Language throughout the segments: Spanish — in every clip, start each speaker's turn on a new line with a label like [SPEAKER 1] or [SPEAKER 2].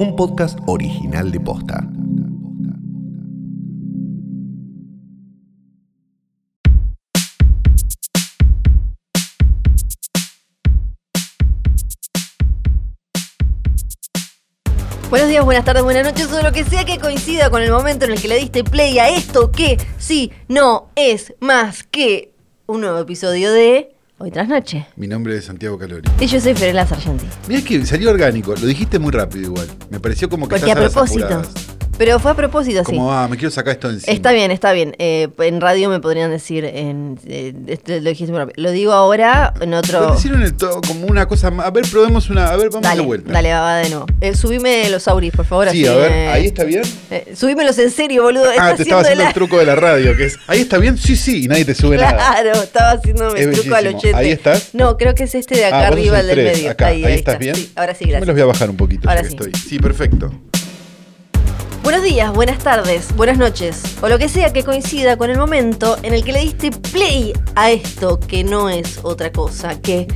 [SPEAKER 1] un podcast original de Posta.
[SPEAKER 2] Buenos días, buenas tardes, buenas noches o lo que sea que coincida con el momento en el que le diste play a esto que sí no es más que un nuevo episodio de Hoy tras Noche.
[SPEAKER 3] Mi nombre es Santiago Calori.
[SPEAKER 2] Y yo soy Ferela Sargenti.
[SPEAKER 3] Mirá que salió orgánico, lo dijiste muy rápido igual. Me pareció como que
[SPEAKER 2] Porque a
[SPEAKER 3] estás las
[SPEAKER 2] propósito.
[SPEAKER 3] apuradas.
[SPEAKER 2] Pero fue a propósito, sí.
[SPEAKER 3] Como, ah, me quiero sacar esto encima.
[SPEAKER 2] Está bien, está bien. Eh, en radio me podrían decir, en, eh, este, lo dijiste muy rápido. Lo digo ahora en
[SPEAKER 3] Lo
[SPEAKER 2] otro...
[SPEAKER 3] hicieron en todo como una cosa más. A ver, probemos una. A ver, vamos
[SPEAKER 2] Dale,
[SPEAKER 3] de vuelta.
[SPEAKER 2] dale, va, va de nuevo. Eh, subime los auris, por favor. así,
[SPEAKER 3] Sí, a ver,
[SPEAKER 2] eh,
[SPEAKER 3] ahí está bien.
[SPEAKER 2] eh, subímelos en serio, boludo.
[SPEAKER 3] Ah, te estaba haciendo
[SPEAKER 2] la-
[SPEAKER 3] el truco de la radio, que es. Ahí está bien, sí, sí, y nadie te sube nada.
[SPEAKER 2] Claro, estaba haciéndome
[SPEAKER 3] Es
[SPEAKER 2] el truco al 80.
[SPEAKER 3] bellísimo. ¿Ahí estás?
[SPEAKER 2] No, creo que es este de acá
[SPEAKER 3] Ah, vos
[SPEAKER 2] arriba,
[SPEAKER 3] sos
[SPEAKER 2] el del
[SPEAKER 3] tres,
[SPEAKER 2] medio.
[SPEAKER 3] Acá, ahí, estás
[SPEAKER 2] está.
[SPEAKER 3] bien.
[SPEAKER 2] Sí, ahora sí, gracias.
[SPEAKER 3] Me los voy a bajar un poquito.
[SPEAKER 2] Ahora
[SPEAKER 3] ya
[SPEAKER 2] sí.
[SPEAKER 3] que estoy. Sí, perfecto.
[SPEAKER 2] Buenos días, buenas tardes, buenas noches, o lo que sea que coincida con el momento en el que le diste play a esto que no es otra cosa que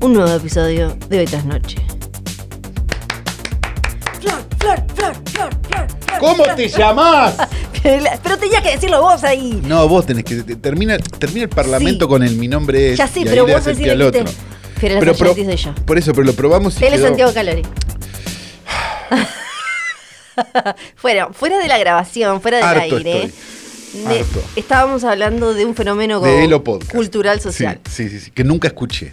[SPEAKER 2] un nuevo episodio de Hoy tras Noche. Flor, flor, flor, flor, flor, flor,
[SPEAKER 3] ¿Cómo
[SPEAKER 2] flor,
[SPEAKER 3] te
[SPEAKER 2] flor.
[SPEAKER 3] llamás?
[SPEAKER 2] Pero tenías que decirlo vos ahí.
[SPEAKER 3] No, vos tenés que. te- Termina, termina el parlamento
[SPEAKER 2] Sí.
[SPEAKER 3] con el mi nombre es.
[SPEAKER 2] ya sé,
[SPEAKER 3] y ahí
[SPEAKER 2] pero
[SPEAKER 3] le
[SPEAKER 2] vos
[SPEAKER 3] das el
[SPEAKER 2] recién
[SPEAKER 3] pie al
[SPEAKER 2] le dijiste.
[SPEAKER 3] otro.
[SPEAKER 2] Pero,
[SPEAKER 3] Pero,
[SPEAKER 2] pero,
[SPEAKER 3] pro-
[SPEAKER 2] soy yo.
[SPEAKER 3] por eso, pero lo probamos y
[SPEAKER 2] Él es
[SPEAKER 3] quedó-
[SPEAKER 2] Santiago Calori. fuera, fuera de la grabación, fuera del
[SPEAKER 3] Harto
[SPEAKER 2] aire.
[SPEAKER 3] estoy. Harto.
[SPEAKER 2] Estábamos hablando de un fenómeno como
[SPEAKER 3] de Elo Podcast.
[SPEAKER 2] cultural social.
[SPEAKER 3] Sí, sí, sí, sí, que nunca escuché.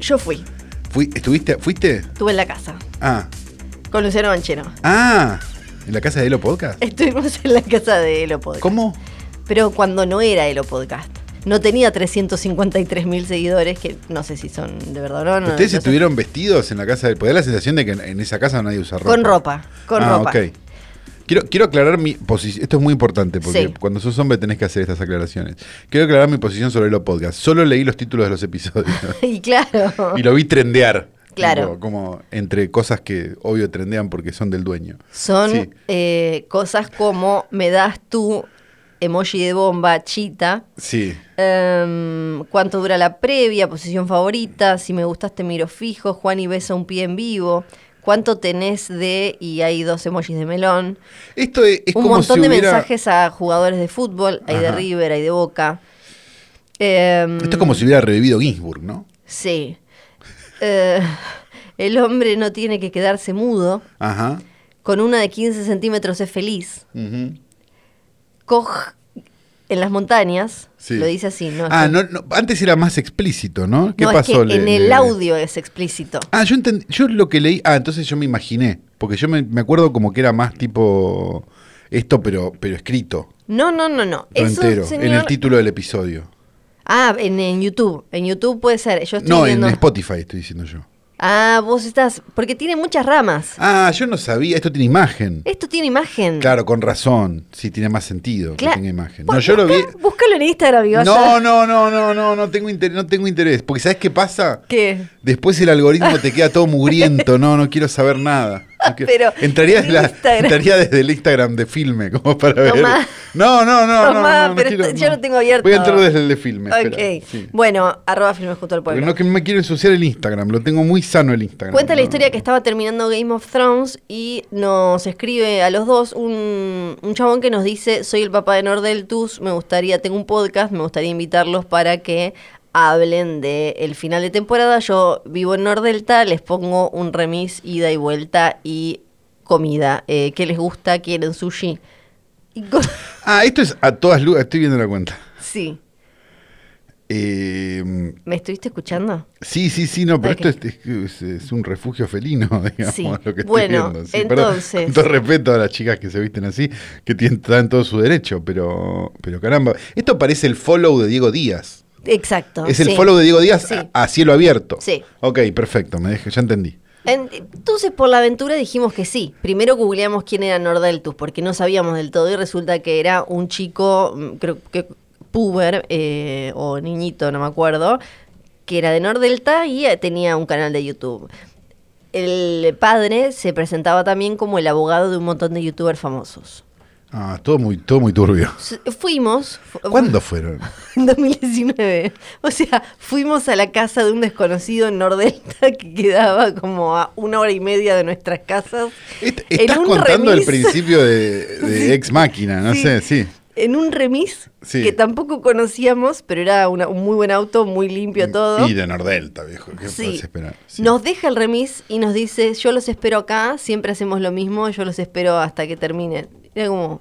[SPEAKER 2] Yo fui,
[SPEAKER 3] Fui- ¿Estuviste? ¿Fuiste?
[SPEAKER 2] estuve en la casa
[SPEAKER 3] Ah.
[SPEAKER 2] con Luciano Banchero.
[SPEAKER 3] Ah, en la casa de Elo Podcast.
[SPEAKER 2] Estuvimos en la casa de Elo Podcast.
[SPEAKER 3] ¿Cómo?
[SPEAKER 2] Pero cuando no era Elo Podcast. No tenía 353 mil seguidores, que no sé si son de verdad o no. no. no
[SPEAKER 3] ¿Ustedes
[SPEAKER 2] sé.
[SPEAKER 3] estuvieron vestidos en la casa de... Podía la sensación de que en, en esa casa nadie usa ropa.
[SPEAKER 2] Con ropa, con
[SPEAKER 3] ah,
[SPEAKER 2] ropa.
[SPEAKER 3] ok. Quiero, quiero aclarar mi posición. Esto es muy importante porque
[SPEAKER 2] Sí.
[SPEAKER 3] cuando sos hombre tenés que hacer estas aclaraciones. Quiero aclarar mi posición sobre Elo Podcast. Solo leí los títulos de los episodios
[SPEAKER 2] Y claro.
[SPEAKER 3] y lo vi trendear.
[SPEAKER 2] Claro.
[SPEAKER 3] Tipo, como entre cosas que obvio trendean porque son del dueño.
[SPEAKER 2] Son
[SPEAKER 3] Sí.
[SPEAKER 2] eh, cosas como me das tú emoji de bomba, chita.
[SPEAKER 3] Sí.
[SPEAKER 2] em, cuánto dura la previa, posición favorita, si me gustas te miro fijo, Juan y besa un pie en vivo, cuánto tenés de, y hay dos emojis de melón,
[SPEAKER 3] Esto es, es
[SPEAKER 2] un
[SPEAKER 3] como
[SPEAKER 2] montón
[SPEAKER 3] si
[SPEAKER 2] de
[SPEAKER 3] hubiera-
[SPEAKER 2] mensajes a jugadores de fútbol, hay de
[SPEAKER 3] Ajá.
[SPEAKER 2] River, hay de Boca. Em,
[SPEAKER 3] Esto es como si hubiera revivido Ginsburg, ¿no?
[SPEAKER 2] Sí. Eh, el hombre no tiene que quedarse mudo,
[SPEAKER 3] Ajá.
[SPEAKER 2] con una de 15 centímetros es feliz.
[SPEAKER 3] Ujú.
[SPEAKER 2] Coj en las montañas,
[SPEAKER 3] Sí.
[SPEAKER 2] lo dice así, ¿no?
[SPEAKER 3] Ah,
[SPEAKER 2] Es-
[SPEAKER 3] no, no, antes era más explícito, ¿no? ¿Qué
[SPEAKER 2] no, es
[SPEAKER 3] pasó?
[SPEAKER 2] que
[SPEAKER 3] Le-
[SPEAKER 2] en el
[SPEAKER 3] le-
[SPEAKER 2] audio es explícito.
[SPEAKER 3] Ah, yo entendí, yo lo que leí, ah, entonces yo me imaginé, porque yo me, me acuerdo como que era más tipo esto, pero, pero escrito,
[SPEAKER 2] No, no, no, no.
[SPEAKER 3] lo
[SPEAKER 2] Es un
[SPEAKER 3] entero, en el
[SPEAKER 2] señor-
[SPEAKER 3] título del episodio.
[SPEAKER 2] Ah, en, en YouTube. En YouTube puede ser. Yo estoy
[SPEAKER 3] No,
[SPEAKER 2] viendo.
[SPEAKER 3] en Spotify estoy diciendo yo.
[SPEAKER 2] Ah, vos estás. Porque tiene muchas ramas.
[SPEAKER 3] Ah, yo no sabía, esto tiene imagen.
[SPEAKER 2] Esto tiene imagen.
[SPEAKER 3] Claro, con razón, sí, tiene más sentido
[SPEAKER 2] Cla-
[SPEAKER 3] que tenga imagen.
[SPEAKER 2] Bu-
[SPEAKER 3] No, yo lo vi...
[SPEAKER 2] busca- Búscalo en Instagram, y vas
[SPEAKER 3] No,
[SPEAKER 2] a-
[SPEAKER 3] no, no, no, no, no tengo interés, no tengo interés, porque ¿sabes qué pasa?
[SPEAKER 2] ¿Qué?
[SPEAKER 3] Después el algoritmo te queda todo mugriento, no, no quiero saber nada. No quiero-
[SPEAKER 2] Pero
[SPEAKER 3] entraría,
[SPEAKER 2] en
[SPEAKER 3] desde la-
[SPEAKER 2] Instagram.
[SPEAKER 3] entraría desde el Instagram de filme, como para
[SPEAKER 2] Tomá.
[SPEAKER 3] ver. No, no, no, no,
[SPEAKER 2] Tomá,
[SPEAKER 3] no, no
[SPEAKER 2] pero
[SPEAKER 3] quiero,
[SPEAKER 2] está- yo lo tengo abierto.
[SPEAKER 3] Voy a entrar desde el de filme. espera,
[SPEAKER 2] ok.
[SPEAKER 3] sí.
[SPEAKER 2] Bueno, arroba filmes junto al
[SPEAKER 3] Porque
[SPEAKER 2] pueblo.
[SPEAKER 3] no que me quiero ensuciar el Instagram, lo tengo muy sano el Instagram.
[SPEAKER 2] Cuenta la
[SPEAKER 3] no,
[SPEAKER 2] historia
[SPEAKER 3] no.
[SPEAKER 2] que estaba terminando Game of Thrones y nos escribe a los dos un, un chabón que nos dice, soy el papá de Nordeltus, me gustaría, tengo un podcast, me gustaría invitarlos para que hablen de el final de temporada. Yo vivo en Nordelta, les pongo un remis, ida y vuelta y comida. Eh, ¿Qué les gusta? ¿Quieren sushi? Y co-
[SPEAKER 3] Ah, esto es a todas luces, estoy viendo la cuenta.
[SPEAKER 2] sí,
[SPEAKER 3] Eh,
[SPEAKER 2] ¿me estuviste escuchando?
[SPEAKER 3] sí, sí, sí, no, pero
[SPEAKER 2] Ok.
[SPEAKER 3] esto es, es- es un refugio felino, digamos,
[SPEAKER 2] Sí.
[SPEAKER 3] lo que estoy
[SPEAKER 2] Bueno,
[SPEAKER 3] viendo. Sí, perdón,
[SPEAKER 2] entonces-
[SPEAKER 3] con todo respeto a las chicas que se visten así, que tienen, están en todo su derecho, pero, pero caramba. Esto parece el follow de Diego Díaz.
[SPEAKER 2] Exacto.
[SPEAKER 3] es el
[SPEAKER 2] sí.
[SPEAKER 3] follow de Diego Díaz
[SPEAKER 2] Sí.
[SPEAKER 3] a, a cielo abierto.
[SPEAKER 2] Sí.
[SPEAKER 3] Ok, perfecto, me dejé, ya entendí.
[SPEAKER 2] En- Entonces, por la aventura dijimos que sí. Primero googleamos quién era Nordeltus, porque no sabíamos del todo, y resulta que era un chico, mm, creo que puber eh, o niñito, no me acuerdo, que era de Nordelta y eh, tenía un canal de YouTube. El padre se presentaba también como el abogado de un montón de youtubers famosos.
[SPEAKER 3] Ah, todo muy, todo muy turbio.
[SPEAKER 2] S- Fuimos. fu-
[SPEAKER 3] ¿Cuándo fueron?
[SPEAKER 2] En 2019. O sea, fuimos a la casa de un desconocido en Nordelta que quedaba como a una hora y media de nuestras casas.
[SPEAKER 3] Est-
[SPEAKER 2] En
[SPEAKER 3] estás
[SPEAKER 2] un
[SPEAKER 3] contando el
[SPEAKER 2] remis.
[SPEAKER 3] principio de, de
[SPEAKER 2] Sí.
[SPEAKER 3] Ex Máquina, no
[SPEAKER 2] Sí.
[SPEAKER 3] sé, sí.
[SPEAKER 2] En un remis
[SPEAKER 3] Sí.
[SPEAKER 2] que tampoco conocíamos, pero era una- un muy buen auto, muy limpio todo.
[SPEAKER 3] Mm, Y de Nordelta, viejo. ¿Qué
[SPEAKER 2] Sí.
[SPEAKER 3] podés esperar? Sí.
[SPEAKER 2] Nos deja el remis y nos dice, yo los espero acá, siempre hacemos lo mismo, yo los espero hasta que terminen. Era como,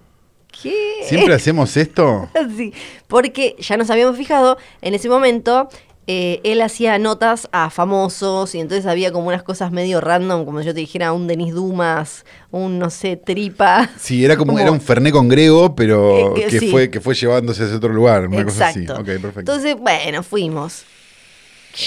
[SPEAKER 2] ¿qué? eh.
[SPEAKER 3] ¿Siempre hacemos esto?
[SPEAKER 2] Sí, porque ya nos habíamos fijado, en ese momento eh, él hacía notas a famosos y entonces había como unas cosas medio random, como yo te dijera un Denis Dumas, un no sé, tripa.
[SPEAKER 3] Sí, era como, era un Ferné con Grego, pero
[SPEAKER 2] Eh, que
[SPEAKER 3] que,
[SPEAKER 2] sí.
[SPEAKER 3] fue, que fue llevándose hacia otro lugar, una
[SPEAKER 2] Exacto.
[SPEAKER 3] cosa así. Ok, perfecto.
[SPEAKER 2] Entonces, bueno, fuimos.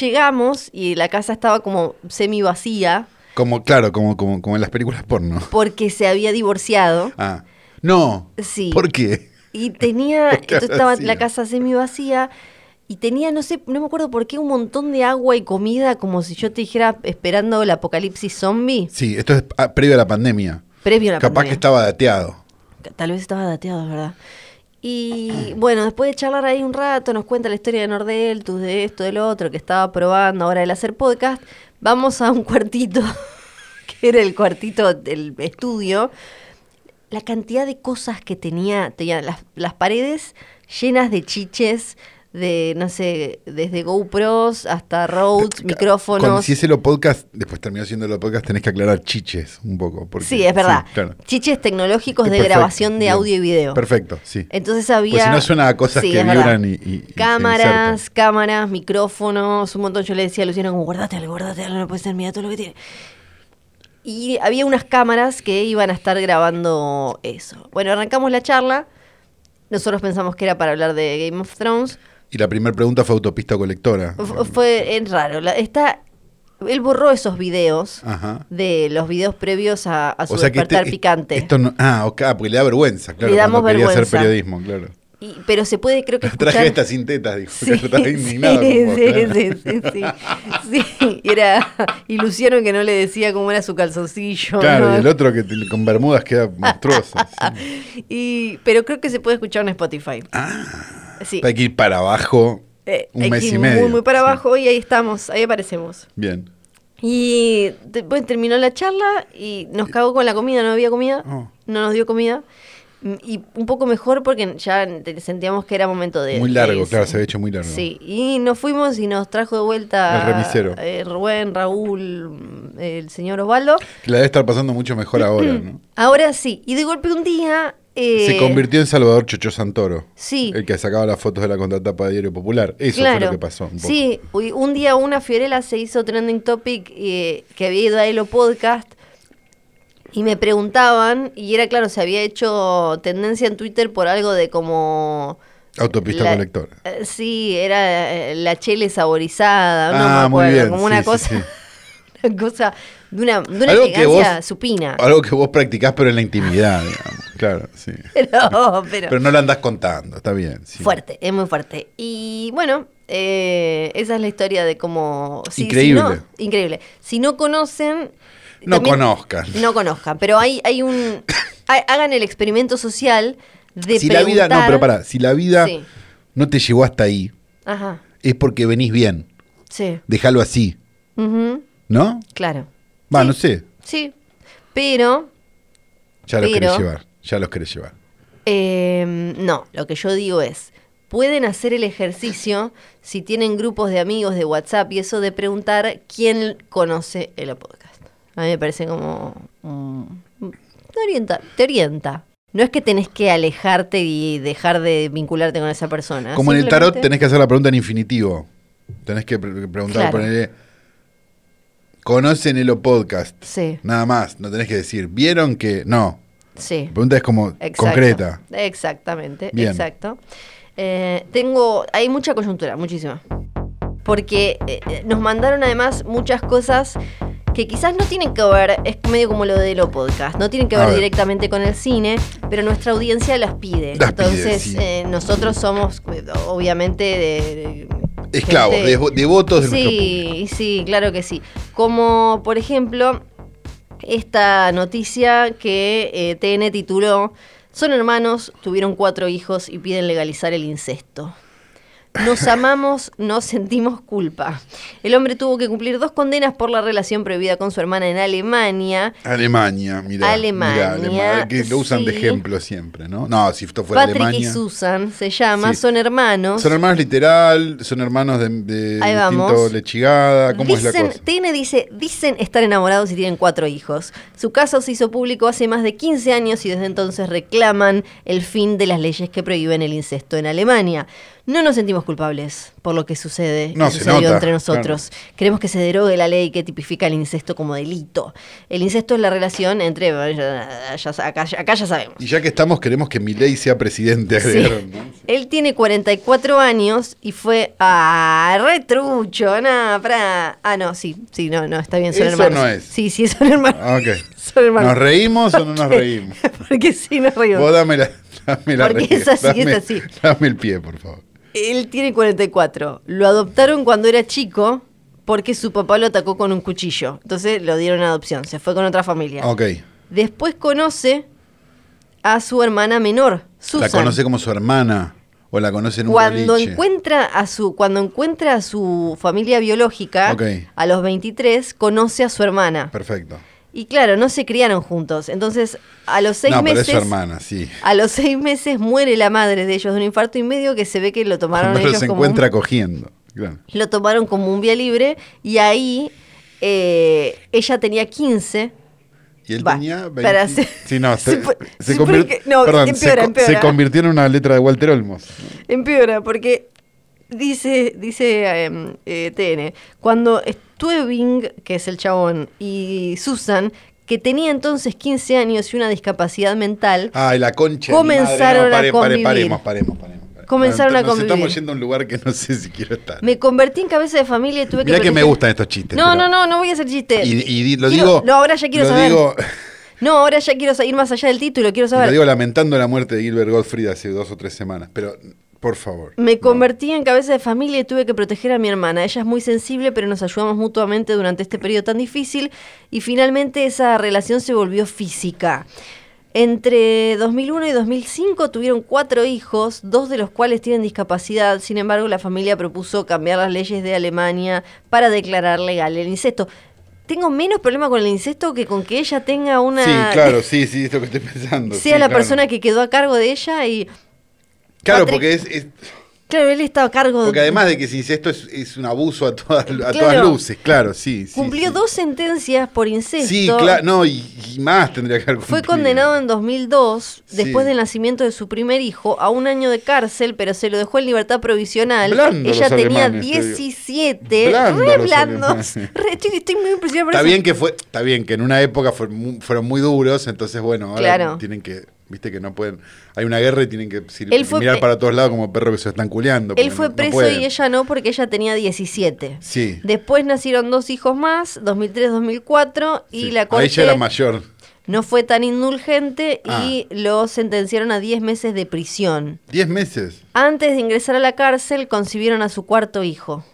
[SPEAKER 2] Llegamos y la casa estaba como semi vacía
[SPEAKER 3] como, claro, como, como, como en las películas porno.
[SPEAKER 2] porque se había divorciado.
[SPEAKER 3] Ah. No.
[SPEAKER 2] Sí.
[SPEAKER 3] ¿Por qué?
[SPEAKER 2] Y tenía,
[SPEAKER 3] Porque
[SPEAKER 2] entonces estaba
[SPEAKER 3] vacía.
[SPEAKER 2] la casa semi vacía y tenía, no sé, no me acuerdo por qué, un montón de agua y comida, como si yo te dijera esperando el apocalipsis zombie,
[SPEAKER 3] Sí, esto es ah, previo a la pandemia.
[SPEAKER 2] previo a la
[SPEAKER 3] Capaz
[SPEAKER 2] pandemia.
[SPEAKER 3] que estaba dateado.
[SPEAKER 2] Tal vez estaba dateado, es verdad. Y bueno, después de charlar ahí un rato, nos cuenta la historia de Nordeltus, de esto, del otro, que estaba probando ahora el hacer podcast. Vamos a un cuartito, que era el cuartito del estudio. La cantidad de cosas que tenía, tenía las, las paredes llenas de chiches, de, no sé, desde GoPros hasta Rhodes,
[SPEAKER 3] Cuando,
[SPEAKER 2] micrófonos.
[SPEAKER 3] si es lo podcast, después terminó siendo lo podcast, tenés que aclarar chiches un poco. Porque,
[SPEAKER 2] Sí, es verdad.
[SPEAKER 3] sí, claro. Este
[SPEAKER 2] Chiches tecnológicos de
[SPEAKER 3] Perfecto,
[SPEAKER 2] grabación de
[SPEAKER 3] bien.
[SPEAKER 2] audio y video. Eh.
[SPEAKER 3] Perfecto, sí.
[SPEAKER 2] Entonces había.
[SPEAKER 3] Pues si no suena a cosas que
[SPEAKER 2] es verdad.
[SPEAKER 3] vibran y- y- y se
[SPEAKER 2] cámaras,
[SPEAKER 3] insertan.
[SPEAKER 2] cámaras, micrófonos, un montón. Yo le decía a Luciano como, guardate algo, guardate algo, no puede ser, mira todo lo que tiene. Y había unas cámaras que iban a estar grabando eso. Bueno, arrancamos la charla. Nosotros pensamos que era para hablar de Game of Thrones.
[SPEAKER 3] Y la primera pregunta fue autopista o colectora.
[SPEAKER 2] F- fue es raro. La- está, él borró esos videos
[SPEAKER 3] Ajá.
[SPEAKER 2] de los videos previos a, a su
[SPEAKER 3] este-
[SPEAKER 2] despertar
[SPEAKER 3] est-
[SPEAKER 2] picante.
[SPEAKER 3] Esto no, ah, ok, ah, porque le da vergüenza, claro.
[SPEAKER 2] Le damos
[SPEAKER 3] cuando quería
[SPEAKER 2] vergüenza.
[SPEAKER 3] hacer periodismo, claro.
[SPEAKER 2] Y- pero se puede, creo que.
[SPEAKER 3] Traje
[SPEAKER 2] escuchar-
[SPEAKER 3] estas sin tetas, dijo.
[SPEAKER 2] Sí,
[SPEAKER 3] estaba indignado
[SPEAKER 2] sí,
[SPEAKER 3] con vos,
[SPEAKER 2] sí,
[SPEAKER 3] claro.
[SPEAKER 2] sí, sí, sí. Sí, y era y Luciano que no le decía cómo era su calzoncillo.
[SPEAKER 3] Claro,
[SPEAKER 2] ¿no?
[SPEAKER 3] y el otro que te- con bermudas queda monstruoso. sí.
[SPEAKER 2] Y- pero creo que se puede escuchar en Spotify. Sí.
[SPEAKER 3] Hay que ir para abajo
[SPEAKER 2] Eh,
[SPEAKER 3] Ah, un
[SPEAKER 2] hay que
[SPEAKER 3] mes
[SPEAKER 2] ir
[SPEAKER 3] y medio.
[SPEAKER 2] Muy, muy para
[SPEAKER 3] sí.
[SPEAKER 2] abajo y ahí estamos, ahí aparecemos.
[SPEAKER 3] Bien.
[SPEAKER 2] Y después terminó la charla y nos cagó con la comida, no había comida,
[SPEAKER 3] Oh.
[SPEAKER 2] no nos dio comida. Mm, Y un poco mejor porque ya te- sentíamos que era momento de...
[SPEAKER 3] Muy
[SPEAKER 2] de
[SPEAKER 3] largo,
[SPEAKER 2] irse.
[SPEAKER 3] claro, se había hecho muy largo.
[SPEAKER 2] Eh, Sí, y nos fuimos y nos trajo de vuelta
[SPEAKER 3] El remisero.
[SPEAKER 2] eh, Rubén, Raúl, mm, el señor Osvaldo.
[SPEAKER 3] Que la debe estar pasando mucho mejor ahora, ¿no?
[SPEAKER 2] Ahora sí, y de golpe un día... eh,
[SPEAKER 3] Se convirtió en Salvador Chocho Santoro.
[SPEAKER 2] Sí.
[SPEAKER 3] El que sacaba las fotos de la contratapa de Diario Popular. Eso fue lo que pasó. un poco.
[SPEAKER 2] Sí, uy, un día una Fiorella se hizo trending topic eh, que había ido a Elo Podcast y me preguntaban, y era claro, se había hecho tendencia en Twitter por algo de como...
[SPEAKER 3] Autopista
[SPEAKER 2] la-
[SPEAKER 3] colectora.
[SPEAKER 2] eh, sí, era eh, la chele saborizada, no
[SPEAKER 3] ah,
[SPEAKER 2] me
[SPEAKER 3] muy
[SPEAKER 2] acuerdo,
[SPEAKER 3] bien.
[SPEAKER 2] como
[SPEAKER 3] sí,
[SPEAKER 2] una
[SPEAKER 3] sí,
[SPEAKER 2] cosa...
[SPEAKER 3] sí.
[SPEAKER 2] una cosa de una, de una
[SPEAKER 3] Algo que
[SPEAKER 2] elegancia
[SPEAKER 3] vos-
[SPEAKER 2] supina.
[SPEAKER 3] Algo que vos practicás, pero en la intimidad, digamos. Claro, sí.
[SPEAKER 2] Pero, pero,
[SPEAKER 3] Pero no lo andás contando, está bien. sí.
[SPEAKER 2] fuerte, es muy fuerte. Y bueno, eh, esa es la historia de cómo... si- si
[SPEAKER 3] Increíble.
[SPEAKER 2] no- increíble. Si no conocen...
[SPEAKER 3] No
[SPEAKER 2] también-
[SPEAKER 3] conozcan.
[SPEAKER 2] No conozcan, pero hay, hay un... ha- hagan el experimento social de
[SPEAKER 3] Si la vida, no,
[SPEAKER 2] preguntar-
[SPEAKER 3] pero pará, si la vida
[SPEAKER 2] Sí.
[SPEAKER 3] no te llevó hasta ahí,
[SPEAKER 2] Ajá,
[SPEAKER 3] es porque venís bien.
[SPEAKER 2] sí.
[SPEAKER 3] Déjalo así,
[SPEAKER 2] Ujú,
[SPEAKER 3] ¿no?
[SPEAKER 2] Claro,
[SPEAKER 3] Va,
[SPEAKER 2] Sí.
[SPEAKER 3] no sé.
[SPEAKER 2] sí. Pero
[SPEAKER 3] Ya los
[SPEAKER 2] Pero-
[SPEAKER 3] querés llevar. Ya los querés llevar.
[SPEAKER 2] Eh, no, lo que yo digo es, pueden hacer el ejercicio si tienen grupos de amigos de WhatsApp y eso de preguntar quién conoce el podcast. A mí me parece como... mm, te orienta, te orienta. No es que tenés que alejarte y dejar de vincularte con esa persona.
[SPEAKER 3] Como en el
[SPEAKER 2] Ah,
[SPEAKER 3] tarot
[SPEAKER 2] simplemente-
[SPEAKER 3] tenés que hacer la pregunta en infinitivo. Tenés que pre-
[SPEAKER 2] Claro.
[SPEAKER 3] preguntar, ponele, ¿Conocen el o podcast?
[SPEAKER 2] Sí,
[SPEAKER 3] Nada más, no tenés que decir, ¿vieron que? No.
[SPEAKER 2] sí.
[SPEAKER 3] La pregunta es como
[SPEAKER 2] Exacto.
[SPEAKER 3] concreta.
[SPEAKER 2] Exactamente,
[SPEAKER 3] Bien.
[SPEAKER 2] exacto. Eh, tengo, hay mucha coyuntura, muchísima. Porque eh, eh, nos mandaron además muchas cosas que quizás no tienen que ver, es medio como lo de lo podcast, no tienen que
[SPEAKER 3] A
[SPEAKER 2] ver,
[SPEAKER 3] ver.
[SPEAKER 2] directamente con el cine, pero nuestra audiencia las pide.
[SPEAKER 3] Las pide,
[SPEAKER 2] Entonces,
[SPEAKER 3] sí.
[SPEAKER 2] eh, nosotros somos, eh, obviamente, de- de-
[SPEAKER 3] Esclavos,
[SPEAKER 2] gente-
[SPEAKER 3] devo- devotos de nuestro público.
[SPEAKER 2] Sí, sí, claro que sí. Como por ejemplo esta noticia que eh, TN tituló Son hermanos, tuvieron cuatro hijos y piden legalizar el incesto. Nos amamos, no sentimos culpa. El hombre tuvo que cumplir dos condenas por la relación prohibida con su hermana en Alemania.
[SPEAKER 3] Alemania, mira.
[SPEAKER 2] Alemania,
[SPEAKER 3] que lo usan de
[SPEAKER 2] sí.
[SPEAKER 3] ejemplo siempre, ¿no? No, si esto fuera
[SPEAKER 2] Patrick
[SPEAKER 3] Alemania.
[SPEAKER 2] y Susan se llama,
[SPEAKER 3] Sí.
[SPEAKER 2] son hermanos.
[SPEAKER 3] Son hermanos literal, son hermanos de, de
[SPEAKER 2] Ahí vamos.
[SPEAKER 3] distinto lechigada, ¿cómo es la
[SPEAKER 2] Dicen,
[SPEAKER 3] cosa?
[SPEAKER 2] TN dice, dicen estar enamorados y tienen cuatro hijos. Su caso se hizo público hace más de 15 años y desde entonces reclaman el fin de las leyes que prohíben el incesto en Alemania. No nos sentimos culpables por lo que sucede
[SPEAKER 3] No,
[SPEAKER 2] y
[SPEAKER 3] se
[SPEAKER 2] sucedió
[SPEAKER 3] nota,
[SPEAKER 2] entre nosotros. Queremos que se derogue la ley que tipifica el incesto como delito. El incesto es la relación entre... ya- ya- acá, ya- acá ya sabemos.
[SPEAKER 3] Y ya que estamos, queremos que Milei sea presidente,
[SPEAKER 2] Sí.
[SPEAKER 3] agregaron, ¿no?
[SPEAKER 2] Él tiene 44 años y fue a retrucho, nada, para. Ah, no, sí, sí, no, no, está bien, son
[SPEAKER 3] Eso
[SPEAKER 2] hermanos.
[SPEAKER 3] no es.
[SPEAKER 2] Sí, sí, son hermanos.
[SPEAKER 3] Ah, ok.
[SPEAKER 2] Son hermanos.
[SPEAKER 3] ¿Nos reímos o no nos
[SPEAKER 2] Porque-
[SPEAKER 3] reímos?
[SPEAKER 2] Porque sí, nos reímos.
[SPEAKER 3] Vos dame la, dame la
[SPEAKER 2] Porque
[SPEAKER 3] reír,
[SPEAKER 2] es así, es
[SPEAKER 3] dame-
[SPEAKER 2] así.
[SPEAKER 3] Dame el pie, por favor.
[SPEAKER 2] Él tiene 44. Lo adoptaron cuando era chico porque su papá lo atacó con un cuchillo. Entonces lo dieron a adopción, se fue con otra familia.
[SPEAKER 3] Ok.
[SPEAKER 2] Después conoce a su hermana menor, Susan.
[SPEAKER 3] La conoce como su hermana o la conoce en un
[SPEAKER 2] cuando
[SPEAKER 3] boliche.
[SPEAKER 2] encuentra a su cuando encuentra a su familia biológica
[SPEAKER 3] Ok.
[SPEAKER 2] a los 23 conoce a su hermana
[SPEAKER 3] Perfecto.
[SPEAKER 2] y claro no se criaron juntos entonces a los seis
[SPEAKER 3] no, pero
[SPEAKER 2] meses
[SPEAKER 3] es su hermana, sí.
[SPEAKER 2] a los seis meses muere la madre de ellos de un infarto y medio que se ve que lo tomaron
[SPEAKER 3] Cuando
[SPEAKER 2] ellos
[SPEAKER 3] los
[SPEAKER 2] como un-
[SPEAKER 3] encuentra cogiendo. Claro.
[SPEAKER 2] lo tomaron como un vía libre y ahí eh, ella tenía 15
[SPEAKER 3] Y él
[SPEAKER 2] Va,
[SPEAKER 3] tenía 20.
[SPEAKER 2] para hacer-
[SPEAKER 3] Sí, no, se,
[SPEAKER 2] Siempre-
[SPEAKER 3] se
[SPEAKER 2] siempre
[SPEAKER 3] convirt-
[SPEAKER 2] que- pues, no,
[SPEAKER 3] perdón, se
[SPEAKER 2] empeora,
[SPEAKER 3] co- se,
[SPEAKER 2] empeora.
[SPEAKER 3] convirtió en una letra de Walter Olmos.
[SPEAKER 2] Empeora, porque dice, dice em, eh, TN, cuando Stuebing, que es el chabón, y Susan, que tenía entonces 15 años y una discapacidad mental,
[SPEAKER 3] Ay, la concha. de mi
[SPEAKER 2] Comenzaron
[SPEAKER 3] madre.
[SPEAKER 2] a
[SPEAKER 3] No, pare- pare-
[SPEAKER 2] convivir.
[SPEAKER 3] paremos, paremos, paremos, paremos.
[SPEAKER 2] Comenzaron a
[SPEAKER 3] Nos
[SPEAKER 2] convivir.
[SPEAKER 3] estamos yendo a un lugar que no sé si quiero estar.
[SPEAKER 2] me convertí en cabeza de familia y tuve que...
[SPEAKER 3] Mirá que me
[SPEAKER 2] proteger-
[SPEAKER 3] gustan estos chistes.
[SPEAKER 2] No,
[SPEAKER 3] pero-
[SPEAKER 2] no, no, no voy a hacer chiste.
[SPEAKER 3] Y, y di- lo
[SPEAKER 2] Quiero-
[SPEAKER 3] digo.
[SPEAKER 2] No, ahora ya quiero
[SPEAKER 3] lo
[SPEAKER 2] saber.
[SPEAKER 3] Digo,
[SPEAKER 2] No, ahora ya quiero sa- ir más allá del título, quiero
[SPEAKER 3] y lo
[SPEAKER 2] saber.
[SPEAKER 3] digo lamentando la muerte de Gilbert Gottfried hace dos o tres semanas. Pero, por favor.
[SPEAKER 2] Me
[SPEAKER 3] no.
[SPEAKER 2] convertí en cabeza de familia y tuve que proteger a mi hermana. Ella es muy sensible, pero nos ayudamos mutuamente durante este periodo tan difícil y finalmente esa relación se volvió física. Entre 2001 y 2005 tuvieron cuatro hijos, dos de los cuales tienen discapacidad. Sin embargo, la familia propuso cambiar las leyes de Alemania para declarar legal el incesto. Tengo menos problema con el incesto que con que ella tenga una...
[SPEAKER 3] Sí, claro, sí, sí, es lo que estoy pensando.
[SPEAKER 2] sea
[SPEAKER 3] sí,
[SPEAKER 2] la
[SPEAKER 3] claro.
[SPEAKER 2] persona que quedó a cargo de ella y...
[SPEAKER 3] Claro,
[SPEAKER 2] Patrick-
[SPEAKER 3] porque es, es-
[SPEAKER 2] Claro, él estaba a cargo
[SPEAKER 3] porque además de que ese incesto es, es un abuso a todas, a todas
[SPEAKER 2] Claro.
[SPEAKER 3] luces, claro, sí. sí,
[SPEAKER 2] Cumplió
[SPEAKER 3] sí.
[SPEAKER 2] dos sentencias por incesto.
[SPEAKER 3] Sí, claro, no, y, y más tendría que haber
[SPEAKER 2] Fue
[SPEAKER 3] cumplido.
[SPEAKER 2] condenado en 2002,
[SPEAKER 3] Sí.
[SPEAKER 2] después del nacimiento de su primer hijo, a un año de cárcel, pero se lo dejó en libertad provisional.
[SPEAKER 3] Blando
[SPEAKER 2] Ella
[SPEAKER 3] los
[SPEAKER 2] tenía
[SPEAKER 3] alemanes, te digo.
[SPEAKER 2] 17.
[SPEAKER 3] Blando
[SPEAKER 2] re
[SPEAKER 3] los
[SPEAKER 2] blandos.
[SPEAKER 3] alemanes.
[SPEAKER 2] Re- estoy, estoy muy impresionada por
[SPEAKER 3] Está
[SPEAKER 2] eso.
[SPEAKER 3] bien que fue, está bien que en una época fue mu- fueron muy duros, entonces bueno, ahora
[SPEAKER 2] Claro.
[SPEAKER 3] tienen que, viste que no pueden, hay una guerra y tienen que sir-
[SPEAKER 2] Él fue
[SPEAKER 3] mirar
[SPEAKER 2] pre-
[SPEAKER 3] para todos lados como perro que se están culeando. porque
[SPEAKER 2] Él fue
[SPEAKER 3] no- no
[SPEAKER 2] preso
[SPEAKER 3] pueden.
[SPEAKER 2] y ella no porque ella tenía 17.
[SPEAKER 3] Sí.
[SPEAKER 2] Después nacieron dos hijos más, 2003-2004, y
[SPEAKER 3] sí.
[SPEAKER 2] la
[SPEAKER 3] A
[SPEAKER 2] corte
[SPEAKER 3] ella era mayor.
[SPEAKER 2] no fue tan indulgente y
[SPEAKER 3] Ah.
[SPEAKER 2] lo sentenciaron a 10 meses de prisión.
[SPEAKER 3] Diez meses.
[SPEAKER 2] Antes de ingresar a la cárcel, concibieron a su cuarto hijo.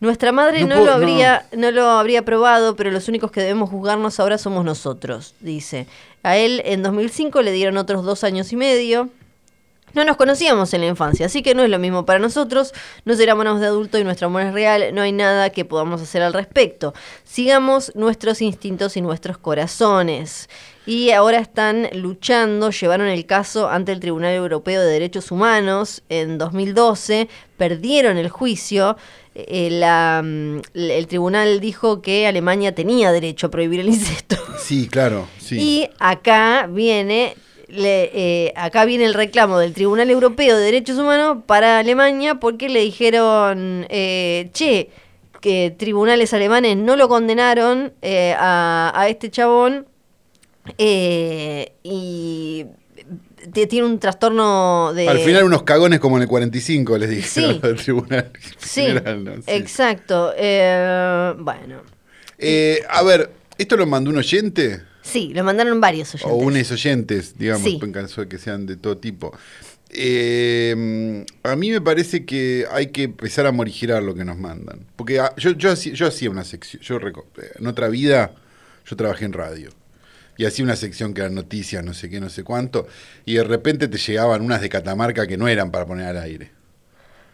[SPEAKER 2] Nuestra madre
[SPEAKER 3] No
[SPEAKER 2] no,
[SPEAKER 3] puedo-
[SPEAKER 2] lo habría, no. lo habría probado, pero los únicos que debemos juzgarnos ahora somos nosotros, dice. A él en 2005 le dieron otros dos años y medio. No nos conocíamos en la infancia, así que no es lo mismo para nosotros. No éramos de adulto y nuestro amor es real. No hay nada que podamos hacer al respecto. Sigamos nuestros instintos y nuestros corazones. Y ahora están luchando, llevaron el caso ante el Tribunal Europeo de Derechos Humanos en 2012, perdieron el juicio. Eh, la, mm, el tribunal dijo que Alemania tenía derecho a prohibir el incesto.
[SPEAKER 3] Sí, claro, sí.
[SPEAKER 2] Y acá viene, le- eh, acá viene el reclamo del Tribunal Europeo de Derechos Humanos para Alemania porque le dijeron, eh, che, que tribunales alemanes no lo condenaron eh, a, a este chabón eh, y te- tiene un trastorno de...
[SPEAKER 3] Al final unos cagones como en el 45 les dijeron
[SPEAKER 2] eh, Sí.
[SPEAKER 3] al tribunal
[SPEAKER 2] Sí,
[SPEAKER 3] general, ¿no? Sí.
[SPEAKER 2] exacto. eh, bueno,
[SPEAKER 3] Eh, a ver, ¿esto lo mandó un oyente?
[SPEAKER 2] sí, lo mandaron varios oyentes.
[SPEAKER 3] O unes oyentes, digamos,
[SPEAKER 2] Sí.
[SPEAKER 3] en caso de que sean de todo tipo. Eh, a mí me parece que hay que empezar a morigerar lo que nos mandan. Porque ah, yo, yo, hacía- yo hacía una sección, yo reco- eh, en otra vida yo trabajé en radio. y hacía una sección que era noticias, no sé qué, no sé cuánto, y de repente te llegaban unas de Catamarca que no eran para poner al aire.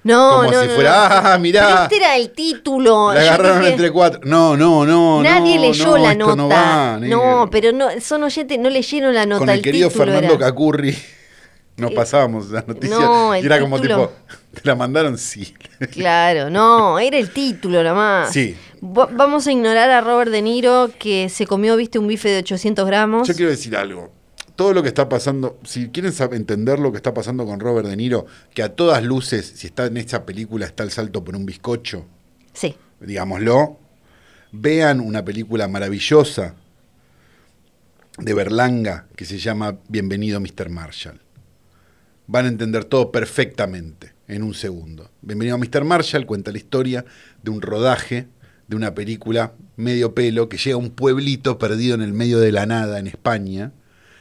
[SPEAKER 2] No,
[SPEAKER 3] Como
[SPEAKER 2] no,
[SPEAKER 3] si
[SPEAKER 2] no,
[SPEAKER 3] fuera,
[SPEAKER 2] no.
[SPEAKER 3] "Ah, mirá".
[SPEAKER 2] Pero este era el título.
[SPEAKER 3] La
[SPEAKER 2] Yo
[SPEAKER 3] agarraron
[SPEAKER 2] dije,
[SPEAKER 3] entre cuatro. No, no, no.
[SPEAKER 2] Nadie
[SPEAKER 3] no,
[SPEAKER 2] leyó
[SPEAKER 3] no,
[SPEAKER 2] la
[SPEAKER 3] esto
[SPEAKER 2] nota.
[SPEAKER 3] No,
[SPEAKER 2] No,
[SPEAKER 3] va, negro.
[SPEAKER 2] pero no, son oyentes, no leyeron la nota.
[SPEAKER 3] Con el querido
[SPEAKER 2] título
[SPEAKER 3] Fernando
[SPEAKER 2] era.
[SPEAKER 3] Cacurri nos
[SPEAKER 2] Eh,
[SPEAKER 3] pasábamos las noticias.
[SPEAKER 2] no,
[SPEAKER 3] y
[SPEAKER 2] el
[SPEAKER 3] era como
[SPEAKER 2] título.
[SPEAKER 3] tipo, ¿te la mandaron? Sí.
[SPEAKER 2] Claro, no, era el título nada más.
[SPEAKER 3] Sí.
[SPEAKER 2] Va- vamos a ignorar a Robert De Niro que se comió, viste, un bife de 800 gramos.
[SPEAKER 3] Yo quiero decir algo. Todo lo que está pasando, si quieren sab- entender lo que está pasando con Robert De Niro, que a todas luces, si está en esta película, está el salto por un bizcocho,
[SPEAKER 2] Sí.
[SPEAKER 3] digámoslo, vean una película maravillosa de Berlanga que se llama Bienvenido Mr. Marshall. Van a entender todo perfectamente en un segundo. Bienvenido Mr. Marshall cuenta la historia de un rodaje de una película medio pelo que llega a un pueblito perdido en el medio de la nada en España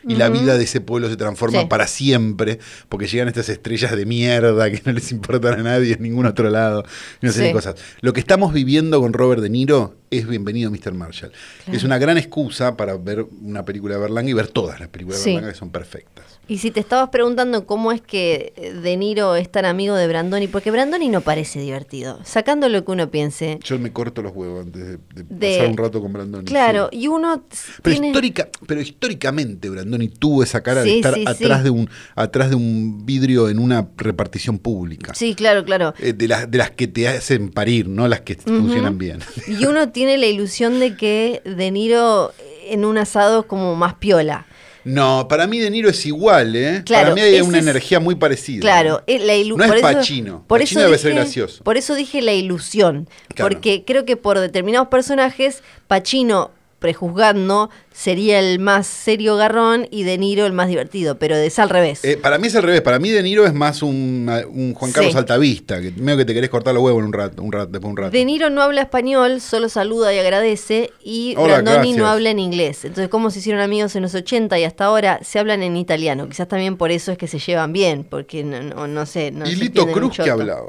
[SPEAKER 3] y la vida de ese pueblo se transforma
[SPEAKER 2] Sí.
[SPEAKER 3] para siempre porque llegan estas estrellas de mierda que no les importan a nadie en ningún otro lado y no sé qué
[SPEAKER 2] Sí.
[SPEAKER 3] cosas. Lo que estamos viviendo con Robert De Niro es Bienvenido Mr. Marshall. Es una gran excusa para ver una película de Berlanga y ver todas las películas
[SPEAKER 2] Sí.
[SPEAKER 3] de Berlanga que son perfectas.
[SPEAKER 2] Y si te estabas preguntando cómo es que De Niro es tan amigo de Brandoni, porque Brandoni no parece divertido, sacando lo que uno piense.
[SPEAKER 3] Yo me corto los huevos antes de, de
[SPEAKER 2] De-
[SPEAKER 3] pasar un rato con Brandoni.
[SPEAKER 2] Claro,
[SPEAKER 3] sí.
[SPEAKER 2] y uno t-
[SPEAKER 3] Pero,
[SPEAKER 2] tiene...
[SPEAKER 3] histórica, pero históricamente Brandoni tuvo esa cara de
[SPEAKER 2] Sí,
[SPEAKER 3] estar
[SPEAKER 2] sí, sí.
[SPEAKER 3] atrás, De un, atrás de un vidrio en una repartición pública.
[SPEAKER 2] Sí, claro, claro.
[SPEAKER 3] Eh, de, las, de las que te hacen parir, no las que funcionan bien.
[SPEAKER 2] Y uno tiene la ilusión de que De Niro eh, en un asado es como más piola.
[SPEAKER 3] No, para mí De Niro es igual, ¿eh?
[SPEAKER 2] Claro,
[SPEAKER 3] para mí hay
[SPEAKER 2] ese
[SPEAKER 3] una
[SPEAKER 2] es-
[SPEAKER 3] energía muy parecida.
[SPEAKER 2] Claro, eh, la ilu-
[SPEAKER 3] No es
[SPEAKER 2] por eso-
[SPEAKER 3] Pacino.
[SPEAKER 2] Por
[SPEAKER 3] Pacino
[SPEAKER 2] eso
[SPEAKER 3] debe ser
[SPEAKER 2] dije-
[SPEAKER 3] gracioso.
[SPEAKER 2] Por eso dije la ilusión.
[SPEAKER 3] Claro.
[SPEAKER 2] Porque creo que por determinados personajes, Pacino, prejuzgando, sería el más serio garrón y De Niro el más divertido. Pero es al revés.
[SPEAKER 3] Eh, para mí es al revés, para mí De Niro es más un, un Juan Carlos
[SPEAKER 2] Sí.
[SPEAKER 3] Altavista, que medio que te querés cortar los huevos en un rato, un rato después de un rato.
[SPEAKER 2] de Niro no habla español, solo saluda y agradece, y
[SPEAKER 3] Hola,
[SPEAKER 2] Brandoni no
[SPEAKER 3] gracias.
[SPEAKER 2] habla en inglés. Entonces, como se hicieron amigos en los 80 y hasta ahora, se hablan en italiano. Quizás también por eso es que se llevan bien, porque no, no, no sé. No
[SPEAKER 3] y
[SPEAKER 2] se
[SPEAKER 3] Lito
[SPEAKER 2] entienden un
[SPEAKER 3] Cruz que
[SPEAKER 2] choto.
[SPEAKER 3] hablaba.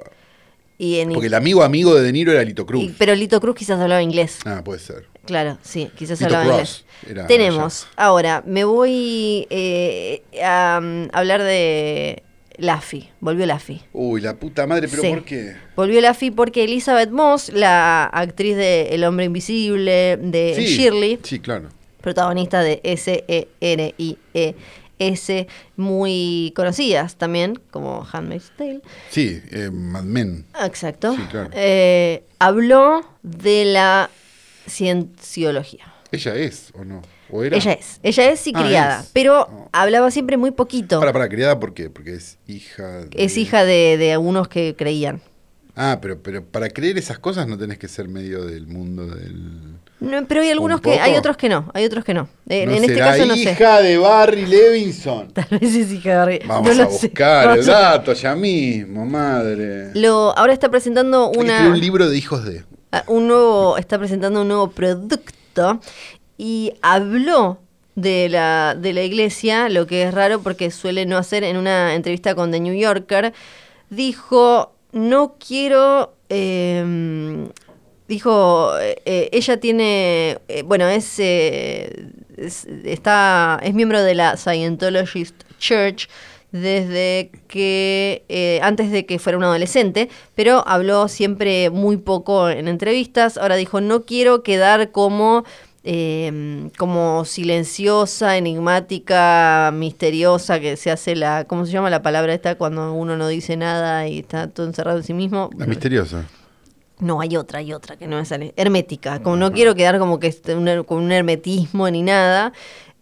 [SPEAKER 2] Y en-
[SPEAKER 3] Porque el amigo amigo de De Niro era Lito Cruz.
[SPEAKER 2] y- pero Lito Cruz quizás hablaba inglés.
[SPEAKER 3] Ah, puede ser.
[SPEAKER 2] Claro, sí, quizás
[SPEAKER 3] Tito
[SPEAKER 2] hablaba
[SPEAKER 3] Cross
[SPEAKER 2] inglés.
[SPEAKER 3] era
[SPEAKER 2] Tenemos, ahora, me voy eh, a um, hablar de Laffy, volvió Laffy.
[SPEAKER 3] Uy, la puta madre, pero
[SPEAKER 2] Sí.
[SPEAKER 3] ¿por qué?
[SPEAKER 2] Volvió Laffy porque Elizabeth Moss, la actriz de El Hombre Invisible, de Eh, Shirley,
[SPEAKER 3] Sí, claro.
[SPEAKER 2] protagonista de E S-E-R-I-E-S, E muy conocidas también, como Handmaid's Tale. Ah,
[SPEAKER 3] Sí, eh, Mad Men.
[SPEAKER 2] Exacto.
[SPEAKER 3] Sí, claro.
[SPEAKER 2] Eh, habló de la cienciología.
[SPEAKER 3] ¿Ella es o no? ¿O era?
[SPEAKER 2] Ella es, ella es y
[SPEAKER 3] Ah,
[SPEAKER 2] criada,
[SPEAKER 3] es.
[SPEAKER 2] pero
[SPEAKER 3] Oh.
[SPEAKER 2] hablaba siempre muy poquito.
[SPEAKER 3] Para, para, criada, ¿por qué? Porque es hija. de-
[SPEAKER 2] Es hija de, de algunos que creían.
[SPEAKER 3] Ah, pero, pero para creer esas cosas no tenés que ser medio del mundo del.
[SPEAKER 2] No, pero hay algunos
[SPEAKER 3] ¿Un
[SPEAKER 2] que,
[SPEAKER 3] poco?
[SPEAKER 2] hay otros que no, hay otros que no. En,
[SPEAKER 3] No
[SPEAKER 2] en este
[SPEAKER 3] será
[SPEAKER 2] caso no sé.
[SPEAKER 3] hija de Barry Levinson.
[SPEAKER 2] Tal vez es hija de Barry.
[SPEAKER 3] Vamos
[SPEAKER 2] No
[SPEAKER 3] a
[SPEAKER 2] lo sé.
[SPEAKER 3] buscar el
[SPEAKER 2] Vamos a-
[SPEAKER 3] dato ya mismo, madre.
[SPEAKER 2] Lo, ahora está presentando
[SPEAKER 3] Hay que
[SPEAKER 2] una,
[SPEAKER 3] escribir un libro de hijos de.
[SPEAKER 2] a- Ah, un nuevo, está presentando un nuevo producto y habló de la, de la iglesia, lo que es raro porque suele no hacer en una entrevista con The New Yorker, dijo, no quiero, eh, dijo, eh, eh, ella tiene, eh, bueno, es, eh, es- está, es miembro de la Scientologist Church, desde que eh, antes de que fuera un adolescente, pero habló siempre muy poco en entrevistas. Ahora dijo no quiero quedar como eh, como silenciosa, enigmática, misteriosa que se hace la ¿cómo se llama la palabra esta cuando uno no dice nada y está todo encerrado en sí mismo?
[SPEAKER 3] La misteriosa. Ah,
[SPEAKER 2] No, hay otra, hay otra que no me sale. Hermética. Como no quiero quedar como que este, un her- con un hermetismo ni nada.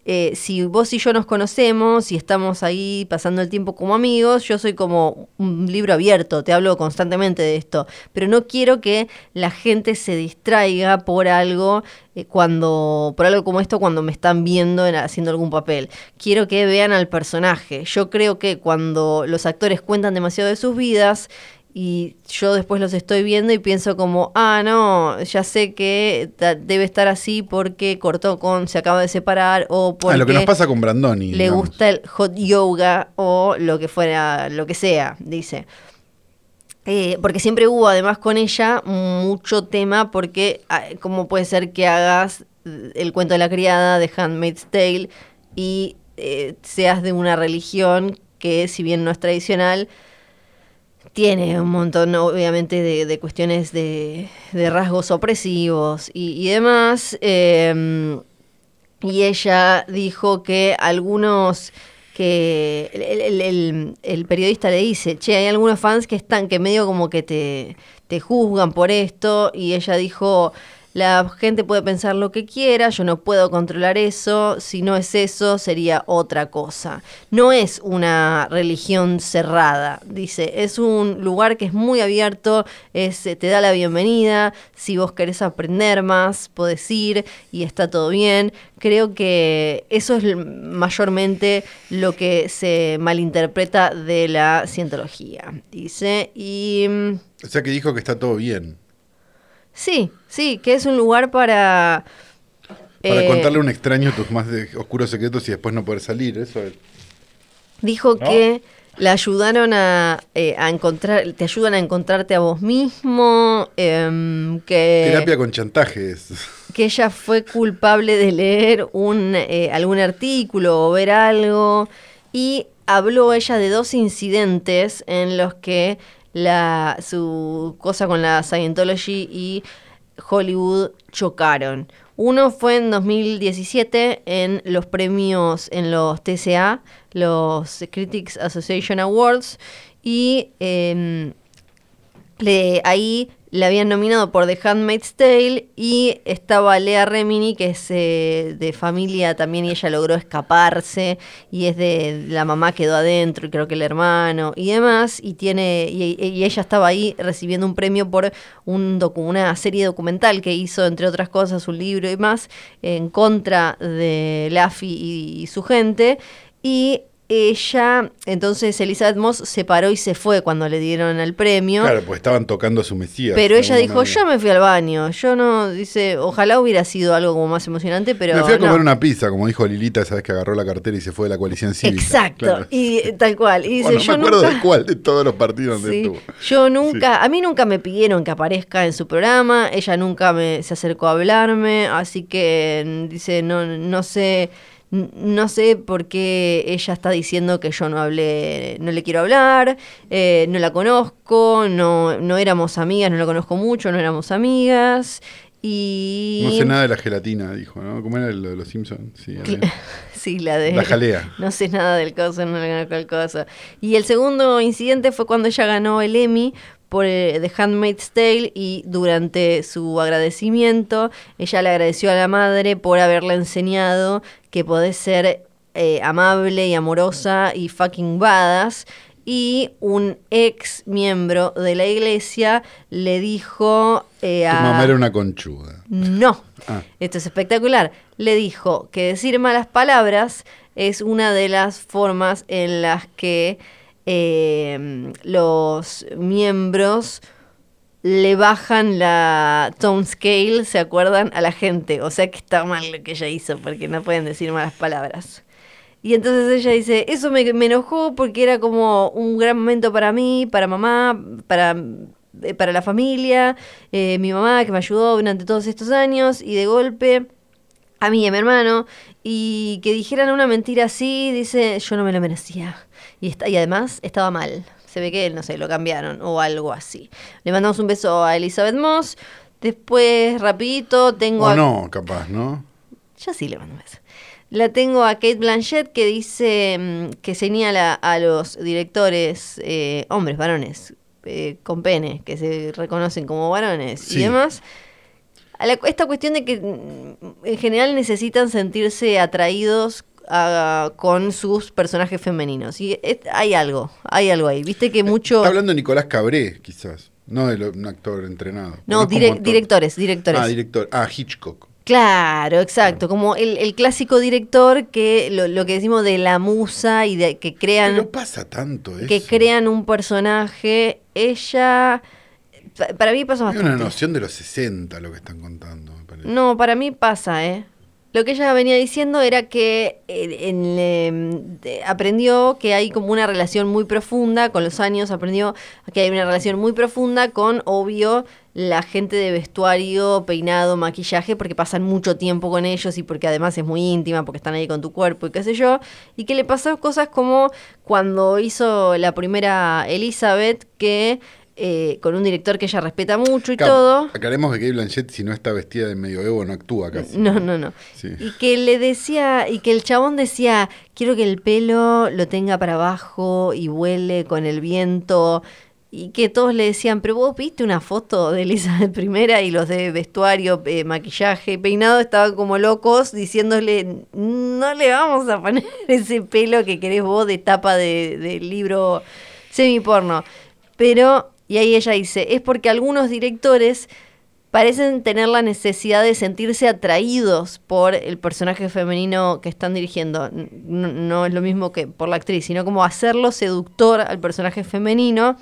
[SPEAKER 2] Eh, si vos y yo nos conocemos y estamos ahí pasando el tiempo como amigos, yo soy como un libro abierto, te hablo constantemente de esto, pero no quiero que la gente se distraiga por algo eh, cuando por algo como esto cuando me están viendo en- haciendo algún papel. Quiero que vean al personaje. Yo creo que cuando los actores cuentan demasiado de sus vidas y yo después los estoy viendo y pienso como, ah, no, ya sé que ta- debe estar así porque cortó con, se acaba de separar o
[SPEAKER 3] Ah,
[SPEAKER 2] porque
[SPEAKER 3] lo que nos pasa con Brandoni.
[SPEAKER 2] le
[SPEAKER 3] digamos.
[SPEAKER 2] gusta el hot yoga o lo que fuera, lo que sea, dice. Eh, porque siempre hubo además con ella mucho tema, porque ah, cómo puede ser que hagas eh, el cuento de la criada de Handmaid's Tale y eh, seas de una religión que si bien no es tradicional, tiene un montón obviamente de, de cuestiones de, de rasgos opresivos y, y demás. eh, y ella dijo que algunos que el, el- el- el periodista le dice, che, hay algunos fans que están, que medio como que te, te juzgan por esto, y ella dijo, la gente puede pensar lo que quiera, yo no puedo controlar eso, si no es eso, sería otra cosa. No es una religión cerrada, dice, es un lugar que es muy abierto, es, eh, te da la bienvenida, si vos querés aprender más, podés ir y está todo bien. Creo que eso es l- mayormente lo que se malinterpreta de la cientología, dice. Y mm,
[SPEAKER 3] O sea que dijo que está todo bien.
[SPEAKER 2] sí, sí, que es un lugar para...
[SPEAKER 3] Para
[SPEAKER 2] eh,
[SPEAKER 3] contarle a un extraño tus más de- oscuros secretos y después no poder salir, eso es.
[SPEAKER 2] Dijo que la ayudaron a, eh, a encontrar, te ayudan a encontrarte a vos mismo, em, que...
[SPEAKER 3] Terapia con chantaje es.
[SPEAKER 2] que ella fue culpable de leer un, eh, algún artículo o ver algo y habló ella de dos incidentes en los que la, su cosa con la Scientology y Hollywood chocaron. Uno fue en 2017 en los premios en los TCA, los Critics Association Awards, y em, le- ahí la habían nominado por The Handmaid's Tale y estaba Lea Remini, que es eh, de familia también y ella logró escaparse y es de la mamá quedó adentro y creo que el hermano y demás y tiene y, y ella estaba ahí recibiendo un premio por un docu- una serie documental que hizo entre otras cosas un libro y más en contra de Laffy y- y su gente y ella, entonces Elizabeth Moss se paró y se fue cuando le dieron el premio.
[SPEAKER 3] Claro, pues estaban tocando a su mesías.
[SPEAKER 2] Pero
[SPEAKER 3] de
[SPEAKER 2] ella
[SPEAKER 3] alguna
[SPEAKER 2] dijo,
[SPEAKER 3] manera.
[SPEAKER 2] yo me fui al baño, yo no, dice, ojalá hubiera sido algo como más emocionante, pero...
[SPEAKER 3] Me fui a comer
[SPEAKER 2] no".
[SPEAKER 3] una pizza, como dijo Lilita esa vez que agarró la cartera y se fue de la coalición cívica.
[SPEAKER 2] Exacto,
[SPEAKER 3] Claro.
[SPEAKER 2] y eh, tal cual. Y dice,
[SPEAKER 3] Bueno, no
[SPEAKER 2] yo
[SPEAKER 3] me acuerdo
[SPEAKER 2] nunca...
[SPEAKER 3] de cuál de todos los partidos donde
[SPEAKER 2] Sí,
[SPEAKER 3] estuvo.
[SPEAKER 2] Yo nunca, a mí nunca me pidieron que aparezca en su programa, ella nunca me, se acercó a hablarme, así que mm, dice, no, no sé, n- no sé por qué ella está diciendo que yo no hablé, no le quiero hablar, eh, no la conozco, no, no éramos amigas, no la conozco mucho, no éramos amigas. Y...
[SPEAKER 3] No sé nada de la gelatina, dijo, ¿no? ¿Cómo era lo de los Simpsons? Sí, había-
[SPEAKER 2] Sí, la de.
[SPEAKER 3] La jalea.
[SPEAKER 2] No sé nada del coso, no le conozco el coso. Y el segundo incidente fue cuando ella ganó el Emmy por eh, The Handmaid's Tale y durante su agradecimiento, ella le agradeció a la madre por haberle enseñado que podés ser eh, amable y amorosa y fucking badass. Y un ex miembro de la iglesia le dijo eh,
[SPEAKER 3] Tu
[SPEAKER 2] a.
[SPEAKER 3] mamá era una conchuda.
[SPEAKER 2] No.
[SPEAKER 3] Ah.
[SPEAKER 2] Esto es espectacular. Le dijo que decir malas palabras es una de las formas en las que eh, los miembros le bajan la tone scale, ¿se acuerdan? A la gente. O sea que está mal lo que ella hizo porque no pueden decir malas palabras. Y entonces ella dice, eso me, me enojó porque era como un gran momento para mí, para mamá, para, eh, para la familia, eh, mi mamá que me ayudó durante todos estos años y de golpe a mí y a mi hermano y que dijeran una mentira así, dice, yo no me lo merecía. Y, está, y además estaba mal. Se ve que, no sé, lo cambiaron o algo así. Le mandamos un beso a Elizabeth Moss. Después, rapidito, tengo...
[SPEAKER 3] O
[SPEAKER 2] a-
[SPEAKER 3] Oh, no, capaz, ¿no?
[SPEAKER 2] yo sí le mando un beso. La tengo a Kate Blanchett que dice mm, que señala a los directores eh, hombres, varones, eh, con pene, que se reconocen como varones
[SPEAKER 3] Sí.
[SPEAKER 2] y demás. A la cu- esta cuestión de que mm, en general necesitan sentirse atraídos a- con sus personajes femeninos. Y es- hay algo, hay algo ahí. Viste que mucho...
[SPEAKER 3] Está Eh, hablando Nicolás Cabré, quizás. No de lo- un actor entrenado.
[SPEAKER 2] No,
[SPEAKER 3] Conozco un
[SPEAKER 2] dire-
[SPEAKER 3] montón.
[SPEAKER 2] directores, directores.
[SPEAKER 3] Ah, director. Ah, Hitchcock.
[SPEAKER 2] Claro, exacto. Como el, el clásico director que lo, lo que decimos de la musa y de que crean,
[SPEAKER 3] Pero pasa tanto eso.
[SPEAKER 2] que crean un personaje. Ella. pa- Para mí pasa
[SPEAKER 3] Hay una
[SPEAKER 2] bastante.
[SPEAKER 3] noción de los 60 lo que están contando, me parece.
[SPEAKER 2] No, para mí pasa, ¿eh? Lo que ella venía diciendo era que eh, en- em, de- aprendió que hay como una relación muy profunda, con los años aprendió que hay una relación muy profunda con, obvio, la gente de vestuario, peinado, maquillaje, porque pasan mucho tiempo con ellos y porque además es muy íntima, porque están ahí con tu cuerpo y qué sé yo, y que le pasaron cosas como cuando hizo la primera Elizabeth, que eh, con un director que ella respeta mucho y
[SPEAKER 3] Claro,
[SPEAKER 2] todo.
[SPEAKER 3] Aclaremos que Kate Blanchett, si no está vestida de medioevo, no actúa casi.
[SPEAKER 2] No, no, no.
[SPEAKER 3] Sí.
[SPEAKER 2] Y que le decía, y que el chabón decía, quiero que el pelo lo tenga para abajo y huele con el viento. Y que todos le decían, pero vos viste una foto de Elizabeth I y los de vestuario, eh, maquillaje, peinado estaban como locos diciéndole, no le vamos a poner ese pelo que querés vos de tapa de, de libro semiporno. Pero, y ahí ella dice, es porque algunos directores parecen tener la necesidad de sentirse atraídos por el personaje femenino que están dirigiendo. N- No, no es lo mismo que por la actriz, sino como hacerlo seductor al personaje femenino.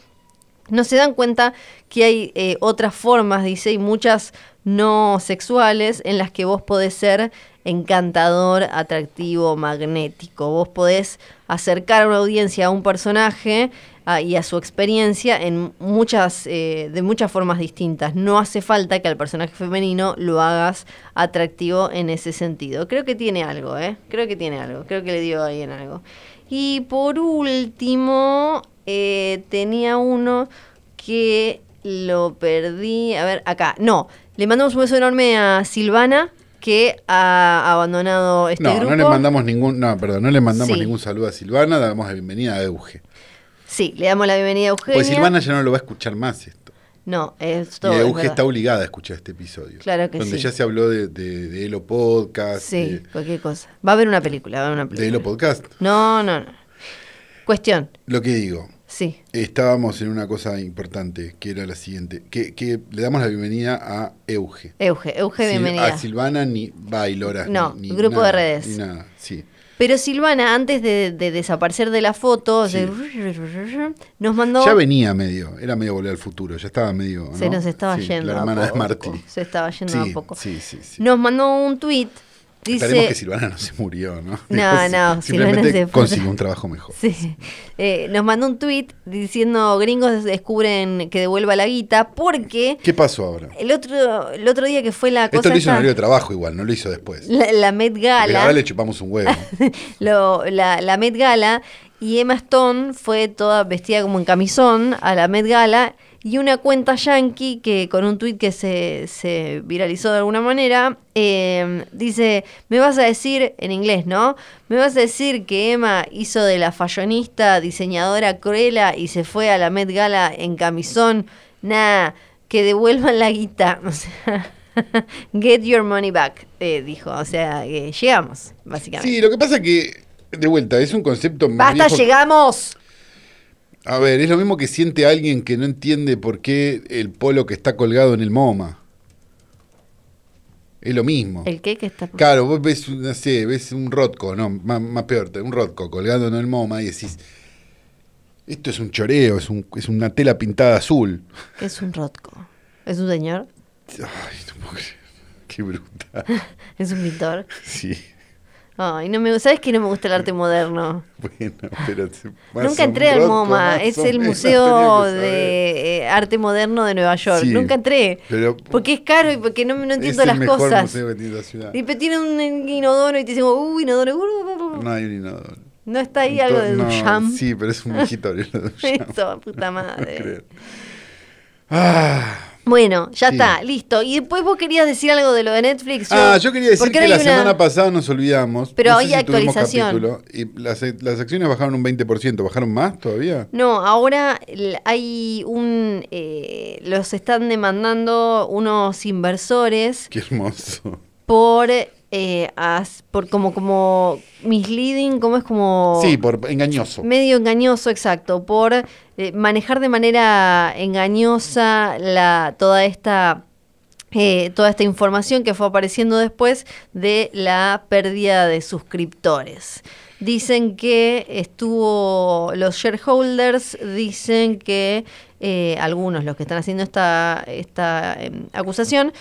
[SPEAKER 2] No se dan cuenta que hay eh, otras formas, dice, y muchas no sexuales en las que vos podés ser encantador, atractivo, magnético. Vos podés acercar a una audiencia a un personaje ah, y a su experiencia en muchas, eh, de muchas formas distintas. No hace falta que al personaje femenino lo hagas atractivo en ese sentido. Creo que tiene algo, ¿eh? Creo que tiene algo. Creo que le dio ahí en algo. Y por último, eh, tenía uno que lo perdí. A ver, acá. No, le mandamos un beso enorme a Silvana, que ha abandonado este
[SPEAKER 3] no,
[SPEAKER 2] grupo.
[SPEAKER 3] no le mandamos ningún, no, perdón, no le mandamos
[SPEAKER 2] Sí.
[SPEAKER 3] ningún saludo a Silvana, le damos la bienvenida a Euge.
[SPEAKER 2] Sí, le damos la bienvenida a Eugenia.
[SPEAKER 3] Porque Pues Silvana ya no lo va a escuchar más esto.
[SPEAKER 2] No, es
[SPEAKER 3] y
[SPEAKER 2] todo. es
[SPEAKER 3] Euge
[SPEAKER 2] verdad.
[SPEAKER 3] está obligada a escuchar este episodio.
[SPEAKER 2] Claro que
[SPEAKER 3] donde
[SPEAKER 2] sí.
[SPEAKER 3] ya se habló de, de, de Elo Podcast,
[SPEAKER 2] Sí,
[SPEAKER 3] de,
[SPEAKER 2] cualquier cosa. Va a haber una película, va a haber una
[SPEAKER 3] de
[SPEAKER 2] película.
[SPEAKER 3] Elo Podcast.
[SPEAKER 2] No, no, no. Cuestión,
[SPEAKER 3] Lo que digo,
[SPEAKER 2] sí.
[SPEAKER 3] estábamos en una cosa importante, que era la siguiente, que, que le damos la bienvenida a Euge.
[SPEAKER 2] Euge, Euge,
[SPEAKER 3] Sil-
[SPEAKER 2] bienvenida.
[SPEAKER 3] A Silvana ni Bailora.
[SPEAKER 2] No,
[SPEAKER 3] ni,
[SPEAKER 2] grupo
[SPEAKER 3] nada,
[SPEAKER 2] de redes.
[SPEAKER 3] ni nada, sí.
[SPEAKER 2] Pero Silvana, antes de, de desaparecer de la foto,
[SPEAKER 3] Sí.
[SPEAKER 2] se- nos mandó.
[SPEAKER 3] Ya venía medio, era medio volver al futuro, ya estaba medio.
[SPEAKER 2] se
[SPEAKER 3] ¿no?
[SPEAKER 2] nos estaba
[SPEAKER 3] Sí,
[SPEAKER 2] yendo.
[SPEAKER 3] La
[SPEAKER 2] a
[SPEAKER 3] hermana de
[SPEAKER 2] poco,
[SPEAKER 3] Marty.
[SPEAKER 2] Se estaba yendo
[SPEAKER 3] Sí,
[SPEAKER 2] a poco.
[SPEAKER 3] sí, sí, sí.
[SPEAKER 2] Nos mandó un tweet.
[SPEAKER 3] Esperemos que
[SPEAKER 2] Dice.
[SPEAKER 3] Silvana no se murió, ¿no?
[SPEAKER 2] No,
[SPEAKER 3] si-
[SPEAKER 2] no,
[SPEAKER 3] Simplemente
[SPEAKER 2] Silvana se fue.
[SPEAKER 3] consiguió un trabajo mejor.
[SPEAKER 2] Sí. Eh, nos mandó un tweet diciendo gringos descubren que devuelva la guita porque
[SPEAKER 3] ¿Qué pasó ahora?
[SPEAKER 2] el otro, el otro día que fue la cosa
[SPEAKER 3] Esto lo hizo en
[SPEAKER 2] esta-
[SPEAKER 3] horario de trabajo igual, no lo hizo después.
[SPEAKER 2] la, la Met
[SPEAKER 3] Porque
[SPEAKER 2] Gala,
[SPEAKER 3] ahora le chupamos un huevo.
[SPEAKER 2] lo- la, la Met Gala, y Emma Stone fue toda vestida como en camisón a la Met Gala, y una cuenta yankee que con un tuit que se, se viralizó de alguna manera, eh, dice, me vas a decir, en inglés, ¿no? Me vas a decir que Emma hizo de la fallonista, diseñadora cruela y se fue a la Met Gala en camisón, nah, que devuelvan la guita, o sea... Get your money back, eh, dijo. O sea, que llegamos, básicamente.
[SPEAKER 3] Sí, lo que pasa que, de vuelta, es un concepto más.
[SPEAKER 2] ¡Basta,
[SPEAKER 3] viejo-
[SPEAKER 2] llegamos!
[SPEAKER 3] A ver, es lo mismo que siente alguien que no entiende por qué el polo que está colgado en el MoMA. Es lo mismo.
[SPEAKER 2] ¿El qué que está?
[SPEAKER 3] Claro, vos ves, un- no sé, ves un Rotco, no, más, más peor, un Rotco colgado en el MoMA y decís, esto es un choreo, es, un- es una tela pintada azul.
[SPEAKER 2] ¿Qué es un rotco? ¿Es un señor?
[SPEAKER 3] Ay, no puedo creer. Qué brutal.
[SPEAKER 2] ¿Es un pintor?
[SPEAKER 3] Sí,
[SPEAKER 2] Ay, no me, ¿sabes que no me gusta el arte moderno?
[SPEAKER 3] bueno, pero... te- más
[SPEAKER 2] Nunca
[SPEAKER 3] un
[SPEAKER 2] entré al
[SPEAKER 3] Rothko,
[SPEAKER 2] MoMA,
[SPEAKER 3] más
[SPEAKER 2] es
[SPEAKER 3] o
[SPEAKER 2] el
[SPEAKER 3] menos
[SPEAKER 2] Museo
[SPEAKER 3] tenía que saber.
[SPEAKER 2] de eh, Arte Moderno de Nueva York.
[SPEAKER 3] Sí,
[SPEAKER 2] Nunca entré.
[SPEAKER 3] pero-
[SPEAKER 2] porque es caro y porque no, no entiendo
[SPEAKER 3] es el
[SPEAKER 2] las
[SPEAKER 3] mejor
[SPEAKER 2] cosas.
[SPEAKER 3] museo que tiene la ciudad.
[SPEAKER 2] Y te tiene un inodoro y te dicen, uy, inodoro. uh,
[SPEAKER 3] No hay un inodoro.
[SPEAKER 2] No está ahí algo de
[SPEAKER 3] No,
[SPEAKER 2] Duchamp.
[SPEAKER 3] Sí, pero es un viejito abriendo Duchamp.
[SPEAKER 2] Eso, puta
[SPEAKER 3] No puedo
[SPEAKER 2] madre.
[SPEAKER 3] creer. Ah...
[SPEAKER 2] Bueno, ya
[SPEAKER 3] Sí.
[SPEAKER 2] está, listo. Y después vos querías decir algo de lo de Netflix.
[SPEAKER 3] Ah, yo quería decir
[SPEAKER 2] porque
[SPEAKER 3] que
[SPEAKER 2] ahora
[SPEAKER 3] la
[SPEAKER 2] hay una-
[SPEAKER 3] semana pasada nos olvidamos.
[SPEAKER 2] Pero hay
[SPEAKER 3] si tuvimos
[SPEAKER 2] actualización.
[SPEAKER 3] capítulo, y las, las acciones bajaron un 20%. ¿Bajaron más todavía?
[SPEAKER 2] No, ahora el- hay un... eh, los están demandando unos inversores
[SPEAKER 3] Qué hermoso.
[SPEAKER 2] por... eh, as- por como, como misleading, como es como...
[SPEAKER 3] Sí, por engañoso.
[SPEAKER 2] Medio engañoso, exacto, por eh, manejar de manera engañosa la, toda esta eh, toda esta información que fue apareciendo después de la pérdida de suscriptores. Dicen que estuvo los shareholders, dicen que eh, algunos los que están haciendo esta, esta em, acusación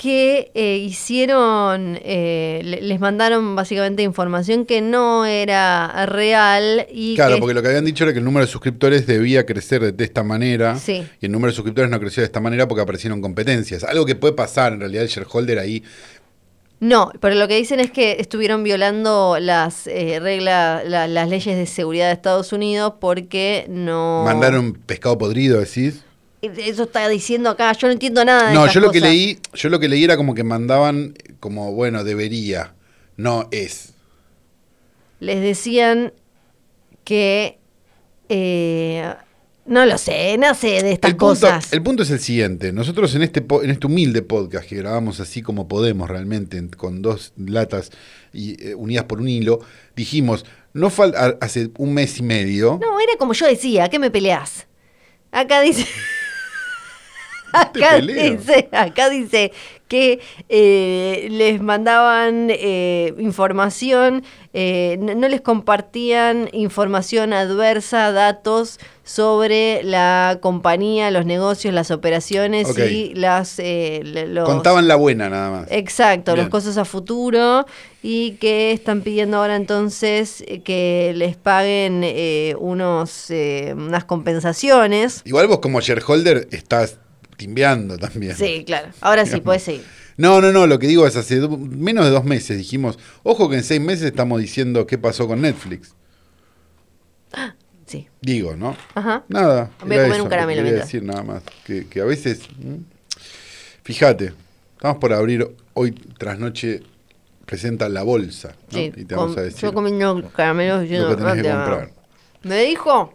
[SPEAKER 2] que eh, hicieron, eh, le- les mandaron básicamente información que no era real y
[SPEAKER 3] Claro,
[SPEAKER 2] que-
[SPEAKER 3] porque lo que habían dicho era que el número de suscriptores debía crecer de, de esta manera.
[SPEAKER 2] Sí.
[SPEAKER 3] Y el número de suscriptores no creció de esta manera porque aparecieron competencias. Algo que puede pasar, en realidad el shareholder ahí.
[SPEAKER 2] No, pero lo que dicen es que estuvieron violando las eh, reglas, la- las leyes de seguridad de Estados Unidos porque no... Eh,
[SPEAKER 3] Mandaron pescado podrido, decís.
[SPEAKER 2] Eso está diciendo acá, yo no entiendo nada de
[SPEAKER 3] No,
[SPEAKER 2] estas
[SPEAKER 3] yo lo que
[SPEAKER 2] Ah, cosas.
[SPEAKER 3] leí, yo lo que leí era como que mandaban como, bueno, debería. No es.
[SPEAKER 2] les decían que eh, no lo sé, no sé de estas
[SPEAKER 3] el punto,
[SPEAKER 2] cosas.
[SPEAKER 3] El punto es el siguiente. Nosotros en este, po- en este humilde podcast que grabamos así como podemos realmente, en- con dos latas y, eh, unidas por un hilo, dijimos, no fal- a- hace un mes y medio,
[SPEAKER 2] No, era como yo decía, ¿qué me peleás? Acá dice.
[SPEAKER 3] te
[SPEAKER 2] Acá
[SPEAKER 3] peleo.
[SPEAKER 2] dice, acá dice que eh, les mandaban eh, información, eh, no, no les compartían información adversa, datos sobre la compañía, los negocios, las operaciones
[SPEAKER 3] Ok.
[SPEAKER 2] y las eh, le- los-
[SPEAKER 3] contaban la buena nada más.
[SPEAKER 2] Exacto,
[SPEAKER 3] Bien.
[SPEAKER 2] las cosas a futuro y que están pidiendo ahora entonces eh, que les paguen eh, unos eh, unas compensaciones.
[SPEAKER 3] Igual vos como shareholder estás timbeando también.
[SPEAKER 2] Sí, claro. Ahora sí, puedes seguir.
[SPEAKER 3] No, no, no, lo que digo es hace do- menos de dos meses dijimos, ojo que en seis meses estamos diciendo qué pasó con Netflix.
[SPEAKER 2] Sí.
[SPEAKER 3] Digo, ¿no?
[SPEAKER 2] Ajá.
[SPEAKER 3] Nada.
[SPEAKER 2] Voy a comer
[SPEAKER 3] era eso
[SPEAKER 2] un
[SPEAKER 3] lo que
[SPEAKER 2] caramelo
[SPEAKER 3] quería
[SPEAKER 2] mientras.
[SPEAKER 3] decir nada más. Que, que a veces. mm, Fíjate, estamos por abrir hoy tras noche. Presenta la bolsa. ¿no?
[SPEAKER 2] sí.
[SPEAKER 3] y te vamos
[SPEAKER 2] com-
[SPEAKER 3] a decir.
[SPEAKER 2] Yo comiendo caramelos y
[SPEAKER 3] Lo que tenés que
[SPEAKER 2] "Ah, te va".
[SPEAKER 3] comprar.
[SPEAKER 2] Me dijo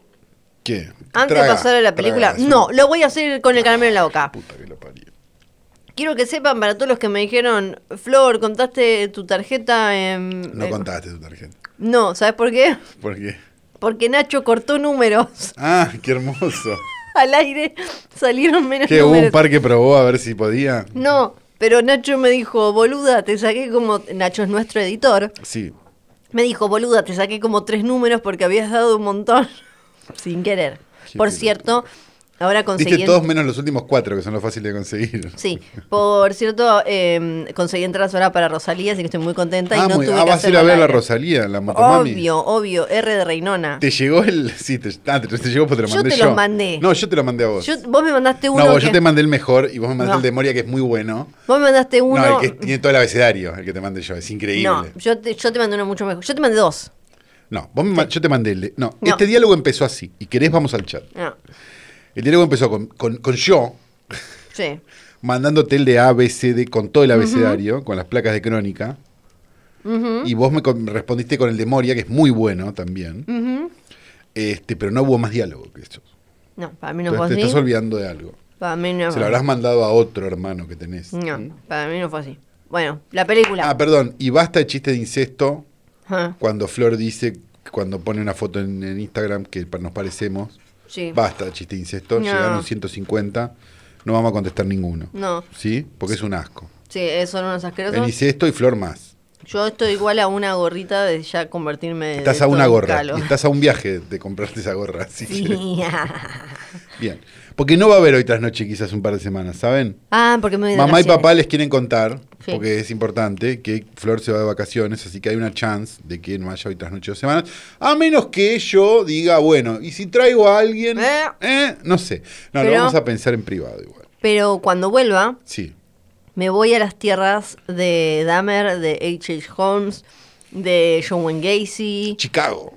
[SPEAKER 3] ¿Qué?
[SPEAKER 2] antes de
[SPEAKER 3] Traga,
[SPEAKER 2] pasar a la película.
[SPEAKER 3] traga, sí.
[SPEAKER 2] No, lo voy a hacer con el caramelo en la boca.
[SPEAKER 3] Puta que lo parió.
[SPEAKER 2] Quiero que sepan para todos los que me dijeron, Flor, contaste tu tarjeta en.
[SPEAKER 3] No
[SPEAKER 2] en-".
[SPEAKER 3] contaste tu tarjeta.
[SPEAKER 2] No, ¿sabes por qué?
[SPEAKER 3] ¿Por qué?
[SPEAKER 2] Porque Nacho cortó números.
[SPEAKER 3] Ah, qué hermoso.
[SPEAKER 2] al aire salieron menos
[SPEAKER 3] que hubo un
[SPEAKER 2] números.
[SPEAKER 3] par que probó a ver si podía.
[SPEAKER 2] No, pero Nacho me dijo, boluda, te saqué como... Nacho es nuestro editor.
[SPEAKER 3] Sí.
[SPEAKER 2] Me dijo, boluda, te saqué como tres números porque habías dado un montón. Sin querer.
[SPEAKER 3] Qué
[SPEAKER 2] Por
[SPEAKER 3] pelotudo.
[SPEAKER 2] cierto, ahora conseguí...
[SPEAKER 3] Diste todos menos los últimos cuatro, que son los fáciles de conseguir.
[SPEAKER 2] Sí, por cierto, eh, conseguí entradas ahora para Rosalía, así que estoy muy contenta.
[SPEAKER 3] Ah,
[SPEAKER 2] y no
[SPEAKER 3] muy-
[SPEAKER 2] tuve
[SPEAKER 3] ah,
[SPEAKER 2] que
[SPEAKER 3] vas a ir
[SPEAKER 2] hacerlo
[SPEAKER 3] a ver a
[SPEAKER 2] al
[SPEAKER 3] la
[SPEAKER 2] aire.
[SPEAKER 3] Rosalía, la motomami.
[SPEAKER 2] Obvio, obvio, R de Reinona.
[SPEAKER 3] Te llegó el. Sí, te, ah, te, te llegó porque te lo
[SPEAKER 2] Yo
[SPEAKER 3] mandé yo.
[SPEAKER 2] te lo mandé.
[SPEAKER 3] No, yo te lo mandé a vos.
[SPEAKER 2] Yo- vos me mandaste uno
[SPEAKER 3] no, vos,
[SPEAKER 2] que-
[SPEAKER 3] yo te mandé el mejor y vos me mandaste
[SPEAKER 2] No.
[SPEAKER 3] el de Moria, que es muy bueno.
[SPEAKER 2] vos me mandaste uno...
[SPEAKER 3] No, el que tiene todo el abecedario, el que te mandé yo, es increíble.
[SPEAKER 2] No,
[SPEAKER 3] No,
[SPEAKER 2] yo te, yo te mandé uno mucho mejor. Yo te mandé dos.
[SPEAKER 3] vos me ma- yo te mandé el de. No,
[SPEAKER 2] No.
[SPEAKER 3] este diálogo empezó así. Y querés, vamos al chat.
[SPEAKER 2] No,
[SPEAKER 3] El diálogo empezó con, con, con yo
[SPEAKER 2] sí.
[SPEAKER 3] mandándote el de ABCD con todo el abecedario, con las placas de crónica. Y vos me con- respondiste con el de Moria, que es muy bueno también.
[SPEAKER 2] Ujú.
[SPEAKER 3] este, pero no hubo más diálogo que eso.
[SPEAKER 2] No, para mí no fue
[SPEAKER 3] Entonces te
[SPEAKER 2] así.
[SPEAKER 3] estás olvidando de algo.
[SPEAKER 2] Para mí no
[SPEAKER 3] Se
[SPEAKER 2] fue
[SPEAKER 3] lo habrás mandado a otro hermano que tenés.
[SPEAKER 2] No, para mí no fue así. Bueno, la película. Ah,
[SPEAKER 3] Ah, perdón. Y basta de chiste de incesto
[SPEAKER 2] Ajá,
[SPEAKER 3] cuando Flor dice, cuando pone una foto en, en Instagram que pa- nos parecemos.
[SPEAKER 2] sí.
[SPEAKER 3] Basta de chiste de incesto.
[SPEAKER 2] No.
[SPEAKER 3] Llegaron 150. No vamos a contestar ninguno.
[SPEAKER 2] No,
[SPEAKER 3] ¿Sí? Porque es un asco.
[SPEAKER 2] sí, eh, son unos asquerosos.
[SPEAKER 3] El incesto y Flor más.
[SPEAKER 2] Yo estoy igual a una gorrita de ya convertirme de
[SPEAKER 3] Estás a
[SPEAKER 2] Eh,
[SPEAKER 3] una
[SPEAKER 2] todo un
[SPEAKER 3] gorra.
[SPEAKER 2] calo.
[SPEAKER 3] y Estás a un viaje de comprarte esa gorra. así que-
[SPEAKER 2] Sí.
[SPEAKER 3] Bien. Porque no va a haber hoy tras noche quizás un par de semanas, ¿saben?
[SPEAKER 2] Ah, porque me voy de
[SPEAKER 3] Mamá y
[SPEAKER 2] vacaciones.
[SPEAKER 3] papá les quieren contar,
[SPEAKER 2] Sí.
[SPEAKER 3] porque es importante, que Flor se va de vacaciones, así que hay una chance de que no haya hoy tras noche dos semanas, a menos que yo diga, bueno, y si traigo a alguien,
[SPEAKER 2] Eh.
[SPEAKER 3] Eh, no sé. No, lo
[SPEAKER 2] Pero-
[SPEAKER 3] vamos a pensar en privado igual.
[SPEAKER 2] Pero cuando vuelva,
[SPEAKER 3] Sí.
[SPEAKER 2] me voy a las tierras de Dahmer, de H.H. Holmes, de John Wayne Gacy.
[SPEAKER 3] Chicago.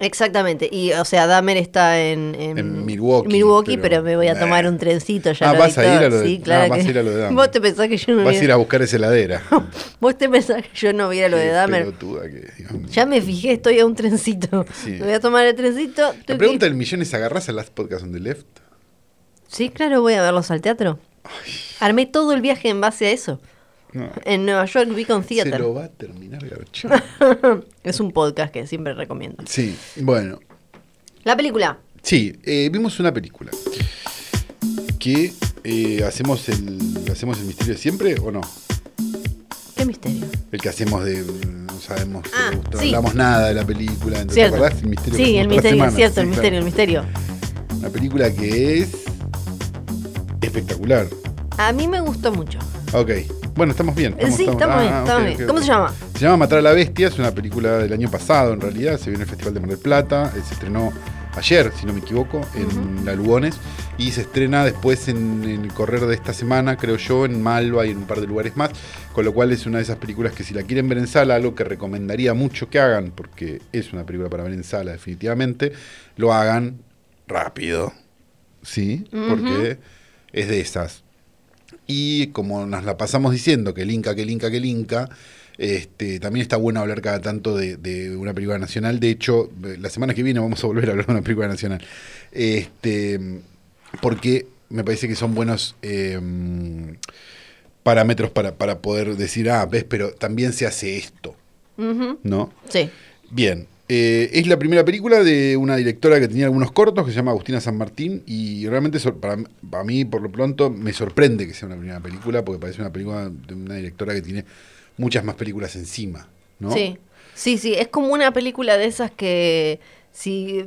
[SPEAKER 2] Exactamente, y o sea, Dahmer está en, en,
[SPEAKER 3] En Milwaukee,
[SPEAKER 2] pero,
[SPEAKER 3] pero-
[SPEAKER 2] me voy a tomar
[SPEAKER 3] Eh.
[SPEAKER 2] un trencito ya.
[SPEAKER 3] Ah,
[SPEAKER 2] lo
[SPEAKER 3] vas a
[SPEAKER 2] dictó.
[SPEAKER 3] ir a lo de-
[SPEAKER 2] sí,
[SPEAKER 3] ah,
[SPEAKER 2] claro
[SPEAKER 3] vas
[SPEAKER 2] que-
[SPEAKER 3] a ir a lo de Dahmer.
[SPEAKER 2] Vos te pensás que yo no
[SPEAKER 3] Vas a ir
[SPEAKER 2] viera-
[SPEAKER 3] a buscar esa heladera.
[SPEAKER 2] Vos te pensás que yo no viera lo de
[SPEAKER 3] Qué
[SPEAKER 2] Dahmer.
[SPEAKER 3] pelotuda que- Dios mío.
[SPEAKER 2] Ya me fijé, estoy a un trencito.
[SPEAKER 3] Sí.
[SPEAKER 2] Me voy a tomar el trencito.
[SPEAKER 3] La
[SPEAKER 2] tuqui.
[SPEAKER 3] pregunta del millón es, ¿agarrás a las Podcast on the Left?
[SPEAKER 2] Sí, claro, voy a verlos al teatro. Armé todo el viaje en base a eso.
[SPEAKER 3] No.
[SPEAKER 2] En Nueva York Beacon
[SPEAKER 3] Se
[SPEAKER 2] Theater.
[SPEAKER 3] lo va a terminar, garchando.
[SPEAKER 2] Es un podcast que siempre recomiendo.
[SPEAKER 3] Sí, bueno.
[SPEAKER 2] La película.
[SPEAKER 3] Sí, eh, vimos una película que eh, hacemos el hacemos el misterio de siempre o no,
[SPEAKER 2] Qué misterio.
[SPEAKER 3] el que hacemos de mm, no sabemos, si
[SPEAKER 2] Ah,
[SPEAKER 3] le gustó, no
[SPEAKER 2] sí.
[SPEAKER 3] hablamos nada de la película, entonces,
[SPEAKER 2] Cierto.
[SPEAKER 3] ¿te acordás? El misterio que
[SPEAKER 2] Sí,
[SPEAKER 3] hicimos
[SPEAKER 2] el
[SPEAKER 3] toda la
[SPEAKER 2] misterio,
[SPEAKER 3] semana.
[SPEAKER 2] cierto, el
[SPEAKER 3] Sí,
[SPEAKER 2] misterio, el misterio.
[SPEAKER 3] claro. Una película que es espectacular.
[SPEAKER 2] A mí me gustó mucho.
[SPEAKER 3] Ok. Bueno, estamos bien.
[SPEAKER 2] Sí, estamos bien,
[SPEAKER 3] ah,
[SPEAKER 2] estamos
[SPEAKER 3] ok,
[SPEAKER 2] bien.
[SPEAKER 3] ok,
[SPEAKER 2] ¿Cómo
[SPEAKER 3] ok.
[SPEAKER 2] se llama?
[SPEAKER 3] Se llama Matar a la Bestia, es una película del año pasado en realidad, se vio en el Festival de Mar del Plata, eh, se estrenó ayer, si no me equivoco, en La Lugones, y se estrena después en, en el correr de esta semana, creo yo, en Malva y en un par de lugares más, con lo cual es una de esas películas que si la quieren ver en sala, algo que recomendaría mucho que hagan, porque es una película para ver en sala definitivamente, lo hagan rápido, ¿sí? Porque es de esas. Y como nos la pasamos diciendo, que el Inca, que el Inca, que el Inca, este, también está bueno hablar cada tanto de, de una película nacional. De hecho, eh, la semana que viene vamos a volver a hablar de una película nacional. Este, porque me parece que son buenos eh, parámetros para, para poder decir, ah, ves, pero también se hace esto,
[SPEAKER 2] Ujú,
[SPEAKER 3] ¿no?
[SPEAKER 2] Sí.
[SPEAKER 3] Bien. Eh, es la primera película de una directora que tenía algunos cortos que se llama Agustina San Martín y realmente sor- para, para mí por lo pronto me sorprende que sea una primera película porque parece una película de una directora que tiene muchas más películas encima, ¿no?
[SPEAKER 2] Sí, sí, sí, es como una película de esas que, si,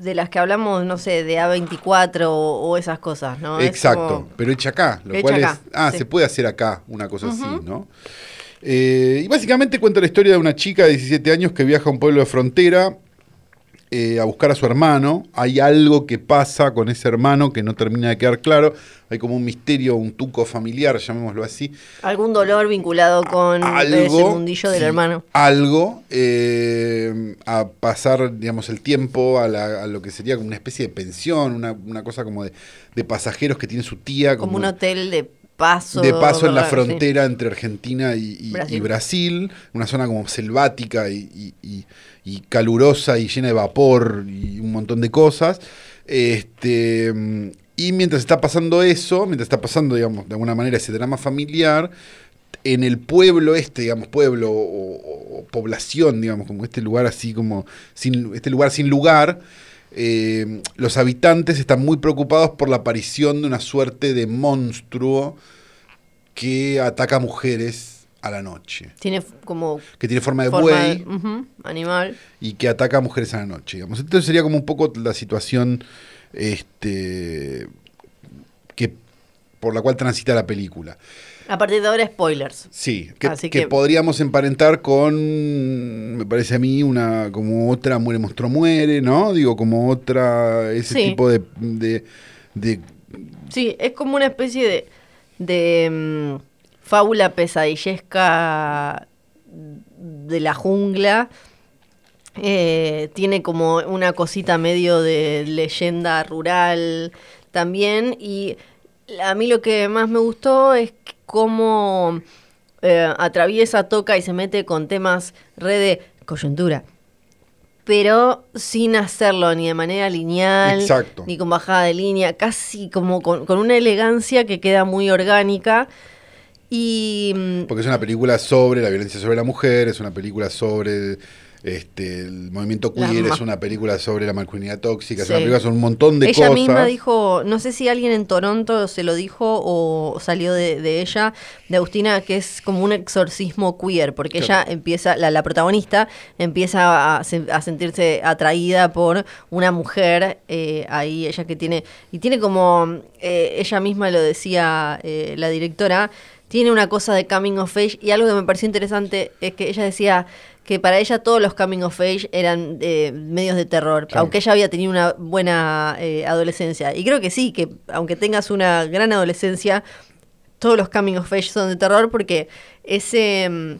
[SPEAKER 2] de las que hablamos, no sé, de A24 o, o esas cosas, ¿no? Es
[SPEAKER 3] Exacto,
[SPEAKER 2] como-
[SPEAKER 3] pero hecha acá, lo
[SPEAKER 2] Hecha
[SPEAKER 3] cual
[SPEAKER 2] acá,
[SPEAKER 3] es, ah,
[SPEAKER 2] sí.
[SPEAKER 3] se puede hacer acá una cosa así, ¿no? Eh, y básicamente cuenta la historia de una chica de 17 años que viaja a un pueblo de frontera eh, a buscar a su hermano. Hay algo que pasa con ese hermano que no termina de quedar claro. Hay como un misterio, un tuco familiar, llamémoslo así.
[SPEAKER 2] algún dolor vinculado con ese mundillo del
[SPEAKER 3] sí,
[SPEAKER 2] hermano.
[SPEAKER 3] Algo eh, a pasar, digamos, el tiempo a, la- a lo que sería como una especie de pensión, una, una cosa como de, de pasajeros que tiene su tía.
[SPEAKER 2] Como un hotel de paso.
[SPEAKER 3] de paso en la
[SPEAKER 2] raro, sí.
[SPEAKER 3] frontera entre Argentina y, y- y Brasil.
[SPEAKER 2] Brasil.
[SPEAKER 3] una zona como selvática y, y- y- y calurosa y llena de vapor y un montón de cosas. Este, mm, y mientras está pasando eso, mientras está pasando, digamos, de alguna manera ese drama familiar, en el pueblo este, digamos, pueblo o, o- o población, digamos, como este lugar así como, sin, este lugar sin lugar, eh, los habitantes están muy preocupados por la aparición de una suerte de monstruo que ataca mujeres a la noche,
[SPEAKER 2] Tiene f- como
[SPEAKER 3] que tiene forma de
[SPEAKER 2] forma
[SPEAKER 3] buey
[SPEAKER 2] de- ujú, animal.
[SPEAKER 3] y que ataca a mujeres a la noche. Digamos. Entonces sería como un poco la situación este, que, por la cual transita la película.
[SPEAKER 2] A partir de ahora, spoilers.
[SPEAKER 3] Sí, que,
[SPEAKER 2] Así
[SPEAKER 3] que
[SPEAKER 2] que-
[SPEAKER 3] podríamos emparentar con, me parece a mí, una como otra Muere Monstruo Muere, ¿no? Digo, como otra, ese
[SPEAKER 2] Sí.
[SPEAKER 3] tipo de, de- de-
[SPEAKER 2] Sí, es como una especie de, de mm, fábula pesadillesca de la jungla. Eh, tiene como una cosita medio de leyenda rural también. Y a mí lo que más me gustó es que cómo eh, atraviesa, toca y se mete con temas re de coyuntura. Pero sin hacerlo ni de manera lineal,
[SPEAKER 3] Exacto.
[SPEAKER 2] ni con bajada de línea, casi como con, con una elegancia que queda muy orgánica. Y mm,
[SPEAKER 3] Porque es una película sobre la violencia sobre la mujer, es una película sobre este, el movimiento
[SPEAKER 2] Las
[SPEAKER 3] queer,
[SPEAKER 2] ma-
[SPEAKER 3] es una película sobre la masculinidad tóxica, es
[SPEAKER 2] Sí.
[SPEAKER 3] una película sobre un montón de
[SPEAKER 2] ella
[SPEAKER 3] cosas.
[SPEAKER 2] misma dijo, no sé si alguien en Toronto se lo dijo o salió de, de ella, de Agustina, que es como un exorcismo queer, porque
[SPEAKER 3] Claro.
[SPEAKER 2] ella empieza, la, la protagonista empieza a, se- a sentirse atraída por una mujer eh, ahí, ella que tiene, y tiene como, eh, ella misma lo decía eh, la directora, tiene una cosa de coming of age y algo que me pareció interesante es que ella decía que para ella todos los coming of age eran eh, medios de terror,
[SPEAKER 3] Claro.
[SPEAKER 2] aunque ella había tenido una buena eh, adolescencia. Y creo que sí, que aunque tengas una gran adolescencia, todos los coming of age son de terror porque ese mm,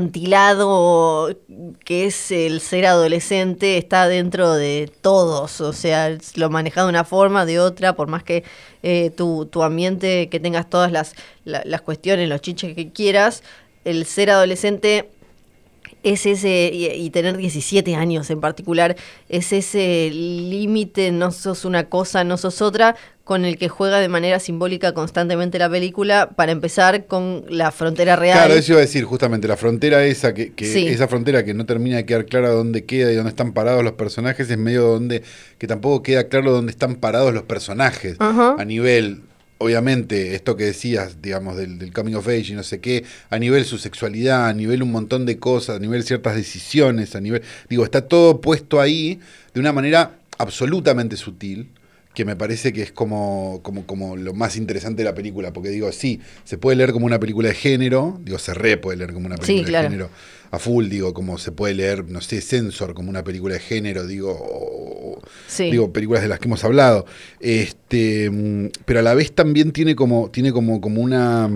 [SPEAKER 2] acantilado que es el ser adolescente está dentro de todos, o sea, es- lo manejas de una forma, de otra, por más que eh, tu, tu ambiente, que tengas todas las, la- las cuestiones, los chiches que quieras, el ser adolescente es ese, y, y tener 17 años en particular, es ese límite, no sos una cosa, no sos otra, con el que juega de manera simbólica constantemente la película, para empezar con la frontera real.
[SPEAKER 3] Claro, eso iba a decir, justamente, la frontera esa, que, que
[SPEAKER 2] Sí.
[SPEAKER 3] esa frontera que no termina de quedar clara dónde queda y dónde están parados los personajes, es medio donde, que tampoco queda claro dónde están parados los personajes.
[SPEAKER 2] Ajá.
[SPEAKER 3] A nivel, obviamente, esto que decías, digamos, del, del coming of age y no sé qué, a nivel su sexualidad, a nivel un montón de cosas, a nivel ciertas decisiones, a nivel, digo, está todo puesto ahí de una manera absolutamente sutil que me parece que es como, como, como lo más interesante de la película, porque digo, sí, se puede leer como una película de género, digo, se re puede leer como una
[SPEAKER 2] Sí,
[SPEAKER 3] película
[SPEAKER 2] claro.
[SPEAKER 3] de género, a full, digo, como se puede leer, no sé, Sensor como una película de género, digo, o- o-
[SPEAKER 2] Sí.
[SPEAKER 3] digo, películas de las que hemos hablado, este, mm, pero a la vez también tiene como, tiene como, como una,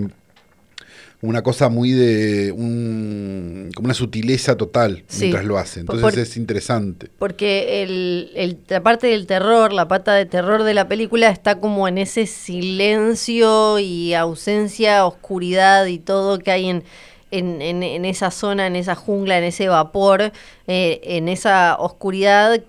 [SPEAKER 3] una cosa muy de, un- como una sutileza total
[SPEAKER 2] Sí.
[SPEAKER 3] mientras lo hace,
[SPEAKER 2] Por-
[SPEAKER 3] entonces
[SPEAKER 2] por-
[SPEAKER 3] es interesante.
[SPEAKER 2] Porque el, el- la parte del terror, la pata de terror de la película está como en ese silencio y ausencia, oscuridad y todo que hay en, en, en- en esa zona, en esa jungla, en ese vapor, eh, en esa oscuridad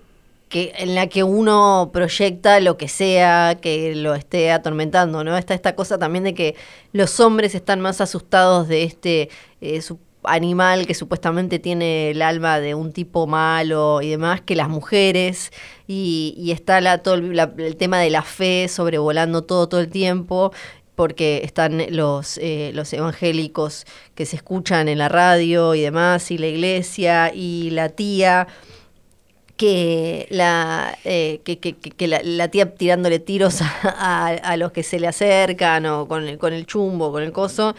[SPEAKER 2] que, en la que uno proyecta lo que sea que lo esté atormentando, ¿no? Está esta cosa también de que los hombres están más asustados de este eh, su- animal que supuestamente tiene el alma de un tipo malo y demás que las mujeres y, y está la, todo el, la- el tema de la fe sobrevolando todo todo el tiempo porque están los, eh, los evangélicos que se escuchan en la radio y demás y la iglesia y la tía que la eh, que, que- que- que la, la tía tirándole tiros a, a- a los que se le acercan o con el, con el chumbo, con el coso.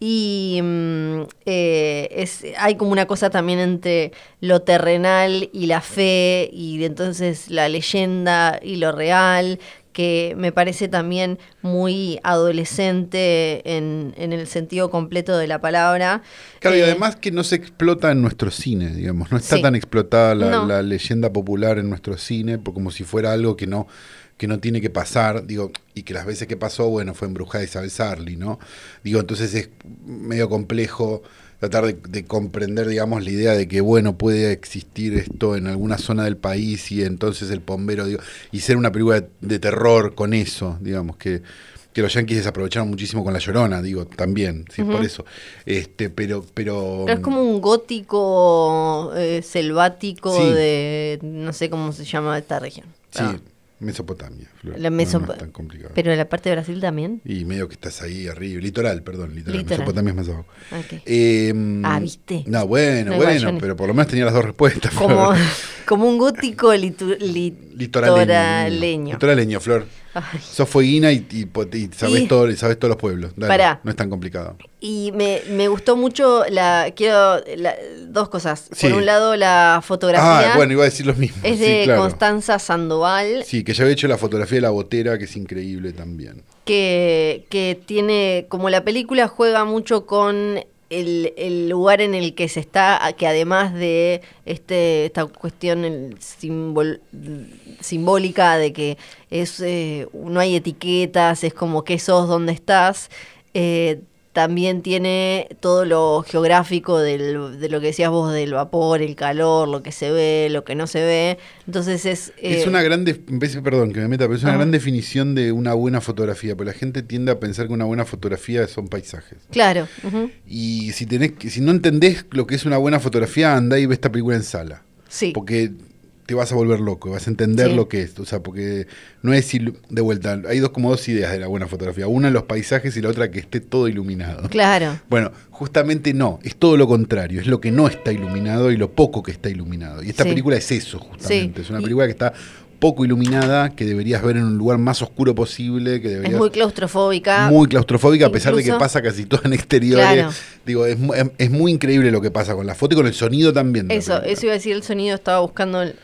[SPEAKER 2] Y mm, eh, es, hay como una cosa también entre lo terrenal y la fe y entonces la leyenda y lo real que me parece también muy adolescente en, en el sentido completo de la palabra.
[SPEAKER 3] Claro, y
[SPEAKER 2] Eh,
[SPEAKER 3] además que no se explota en nuestro cine, digamos. No está
[SPEAKER 2] Sí.
[SPEAKER 3] tan explotada la,
[SPEAKER 2] No.
[SPEAKER 3] la leyenda popular en nuestro cine, por- como si fuera algo que no, que no tiene que pasar, digo, y que las veces que pasó, bueno, fue embrujada Isabel Sarli, ¿no? Digo, entonces es medio complejo tratar de, de comprender, digamos, la idea de que, bueno, puede existir esto en alguna zona del país y entonces el bombero, digo, y ser una película de, de terror con eso, digamos, que, que los yanquis desaprovecharon muchísimo con La Llorona, digo, también, sí, por eso. Este, pero, pero...
[SPEAKER 2] Pero es como un gótico eh, selvático
[SPEAKER 3] Sí.
[SPEAKER 2] de no sé cómo se llama esta región.
[SPEAKER 3] Sí,
[SPEAKER 2] Ah,
[SPEAKER 3] Mesopotamia. Flor.
[SPEAKER 2] la
[SPEAKER 3] No,
[SPEAKER 2] Meso-
[SPEAKER 3] no, es tan complicado.
[SPEAKER 2] Pero la parte de Brasil también.
[SPEAKER 3] Y medio que estás ahí arriba. Litoral, perdón, litoral.
[SPEAKER 2] Litoral.
[SPEAKER 3] Mesopotamia es más abajo.
[SPEAKER 2] Ah, Ok.
[SPEAKER 3] Eh,
[SPEAKER 2] Ah, ¿viste?
[SPEAKER 3] No, bueno,
[SPEAKER 2] No, igual yo
[SPEAKER 3] bueno,
[SPEAKER 2] ni-
[SPEAKER 3] pero por lo menos tenía las dos respuestas. Flor.
[SPEAKER 2] Como, como un gótico litu- li-
[SPEAKER 3] Litoraleño.
[SPEAKER 2] litoraleño.
[SPEAKER 3] Litoraleño, Flor.
[SPEAKER 2] Ay.
[SPEAKER 3] Sos fueguina y, y po- y sabés,
[SPEAKER 2] Y-
[SPEAKER 3] todo- y sabés todos los pueblos. Dale,
[SPEAKER 2] Pará.
[SPEAKER 3] No es tan complicado.
[SPEAKER 2] Y me, me gustó mucho la. Quiero. la- dos cosas.
[SPEAKER 3] Sí.
[SPEAKER 2] Por un lado, la fotografía.
[SPEAKER 3] Ah, bueno, iba a decir lo mismo.
[SPEAKER 2] Es
[SPEAKER 3] sí,
[SPEAKER 2] de
[SPEAKER 3] claro.
[SPEAKER 2] Constanza Sandoval.
[SPEAKER 3] Sí, que ya había hecho la fotografía de la botera, que es increíble también.
[SPEAKER 2] que, que tiene, como la película juega mucho con el, el lugar en el que se está, a- que además de este, esta cuestión el simbol- simbólica de que es, eh, no hay etiquetas, es como qué sos, dónde estás, eh, también tiene todo lo geográfico del- de lo que decías vos, del vapor, el calor, lo que se ve, lo que no se ve. Entonces es...
[SPEAKER 3] Es
[SPEAKER 2] eh, Ah.
[SPEAKER 3] una gran, def- en vez- perdón que me meta, pero es una
[SPEAKER 2] Ajá.
[SPEAKER 3] gran definición de una buena fotografía, porque la gente tiende a pensar que una buena fotografía son paisajes.
[SPEAKER 2] Claro. ujú,
[SPEAKER 3] Y si tenés, que- si no entendés lo que es una buena fotografía, anda y ve esta película en sala,
[SPEAKER 2] Sí.
[SPEAKER 3] porque te vas a volver loco, vas a entender
[SPEAKER 2] Sí.
[SPEAKER 3] lo que es, o sea, porque no es ilu- de vuelta, hay dos como dos ideas de la buena fotografía, una los paisajes y la otra que esté todo iluminado.
[SPEAKER 2] Claro.
[SPEAKER 3] Bueno, justamente no, es todo lo contrario, es lo que no está iluminado y lo poco que está iluminado. Y esta
[SPEAKER 2] Sí.
[SPEAKER 3] película es eso, justamente.
[SPEAKER 2] Sí.
[SPEAKER 3] Es una
[SPEAKER 2] Y-
[SPEAKER 3] película que está poco iluminada, que deberías ver en un lugar más oscuro posible, que
[SPEAKER 2] Es
[SPEAKER 3] deberías
[SPEAKER 2] muy claustrofóbica.
[SPEAKER 3] muy claustrofóbica, a pesar de que
[SPEAKER 2] Incluso-
[SPEAKER 3] pasa casi todo en exteriores.
[SPEAKER 2] Claro.
[SPEAKER 3] Digo, es, mu- em, es- es muy increíble lo que pasa con la foto y con el sonido también. de la
[SPEAKER 2] Eso,
[SPEAKER 3] película.
[SPEAKER 2] eso iba a decir el sonido, estaba buscando el,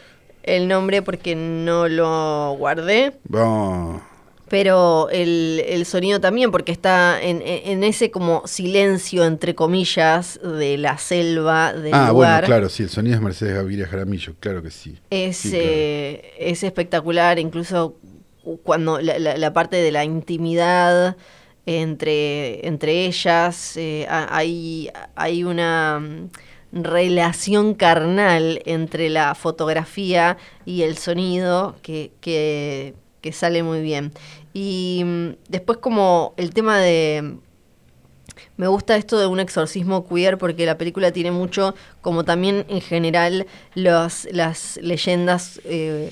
[SPEAKER 2] el nombre porque no lo guardé.
[SPEAKER 3] No,
[SPEAKER 2] Pero el, el sonido también, porque está en, en- en ese como silencio, entre comillas, de la selva, del
[SPEAKER 3] Ah, bueno,
[SPEAKER 2] lugar.
[SPEAKER 3] claro, sí, el sonido es Mercedes Gaviria Jaramillo, claro que sí.
[SPEAKER 2] Es,
[SPEAKER 3] Sí, claro.
[SPEAKER 2] eh, es espectacular, incluso cu- cuando la, la- la parte de la intimidad entre, entre ellas, eh, ha- hay, hay una mm, relación carnal entre la fotografía y el sonido que, que- que sale muy bien. Y mm, después como el tema de... Me gusta esto de un exorcismo queer porque la película tiene mucho, como también en general las las leyendas eh,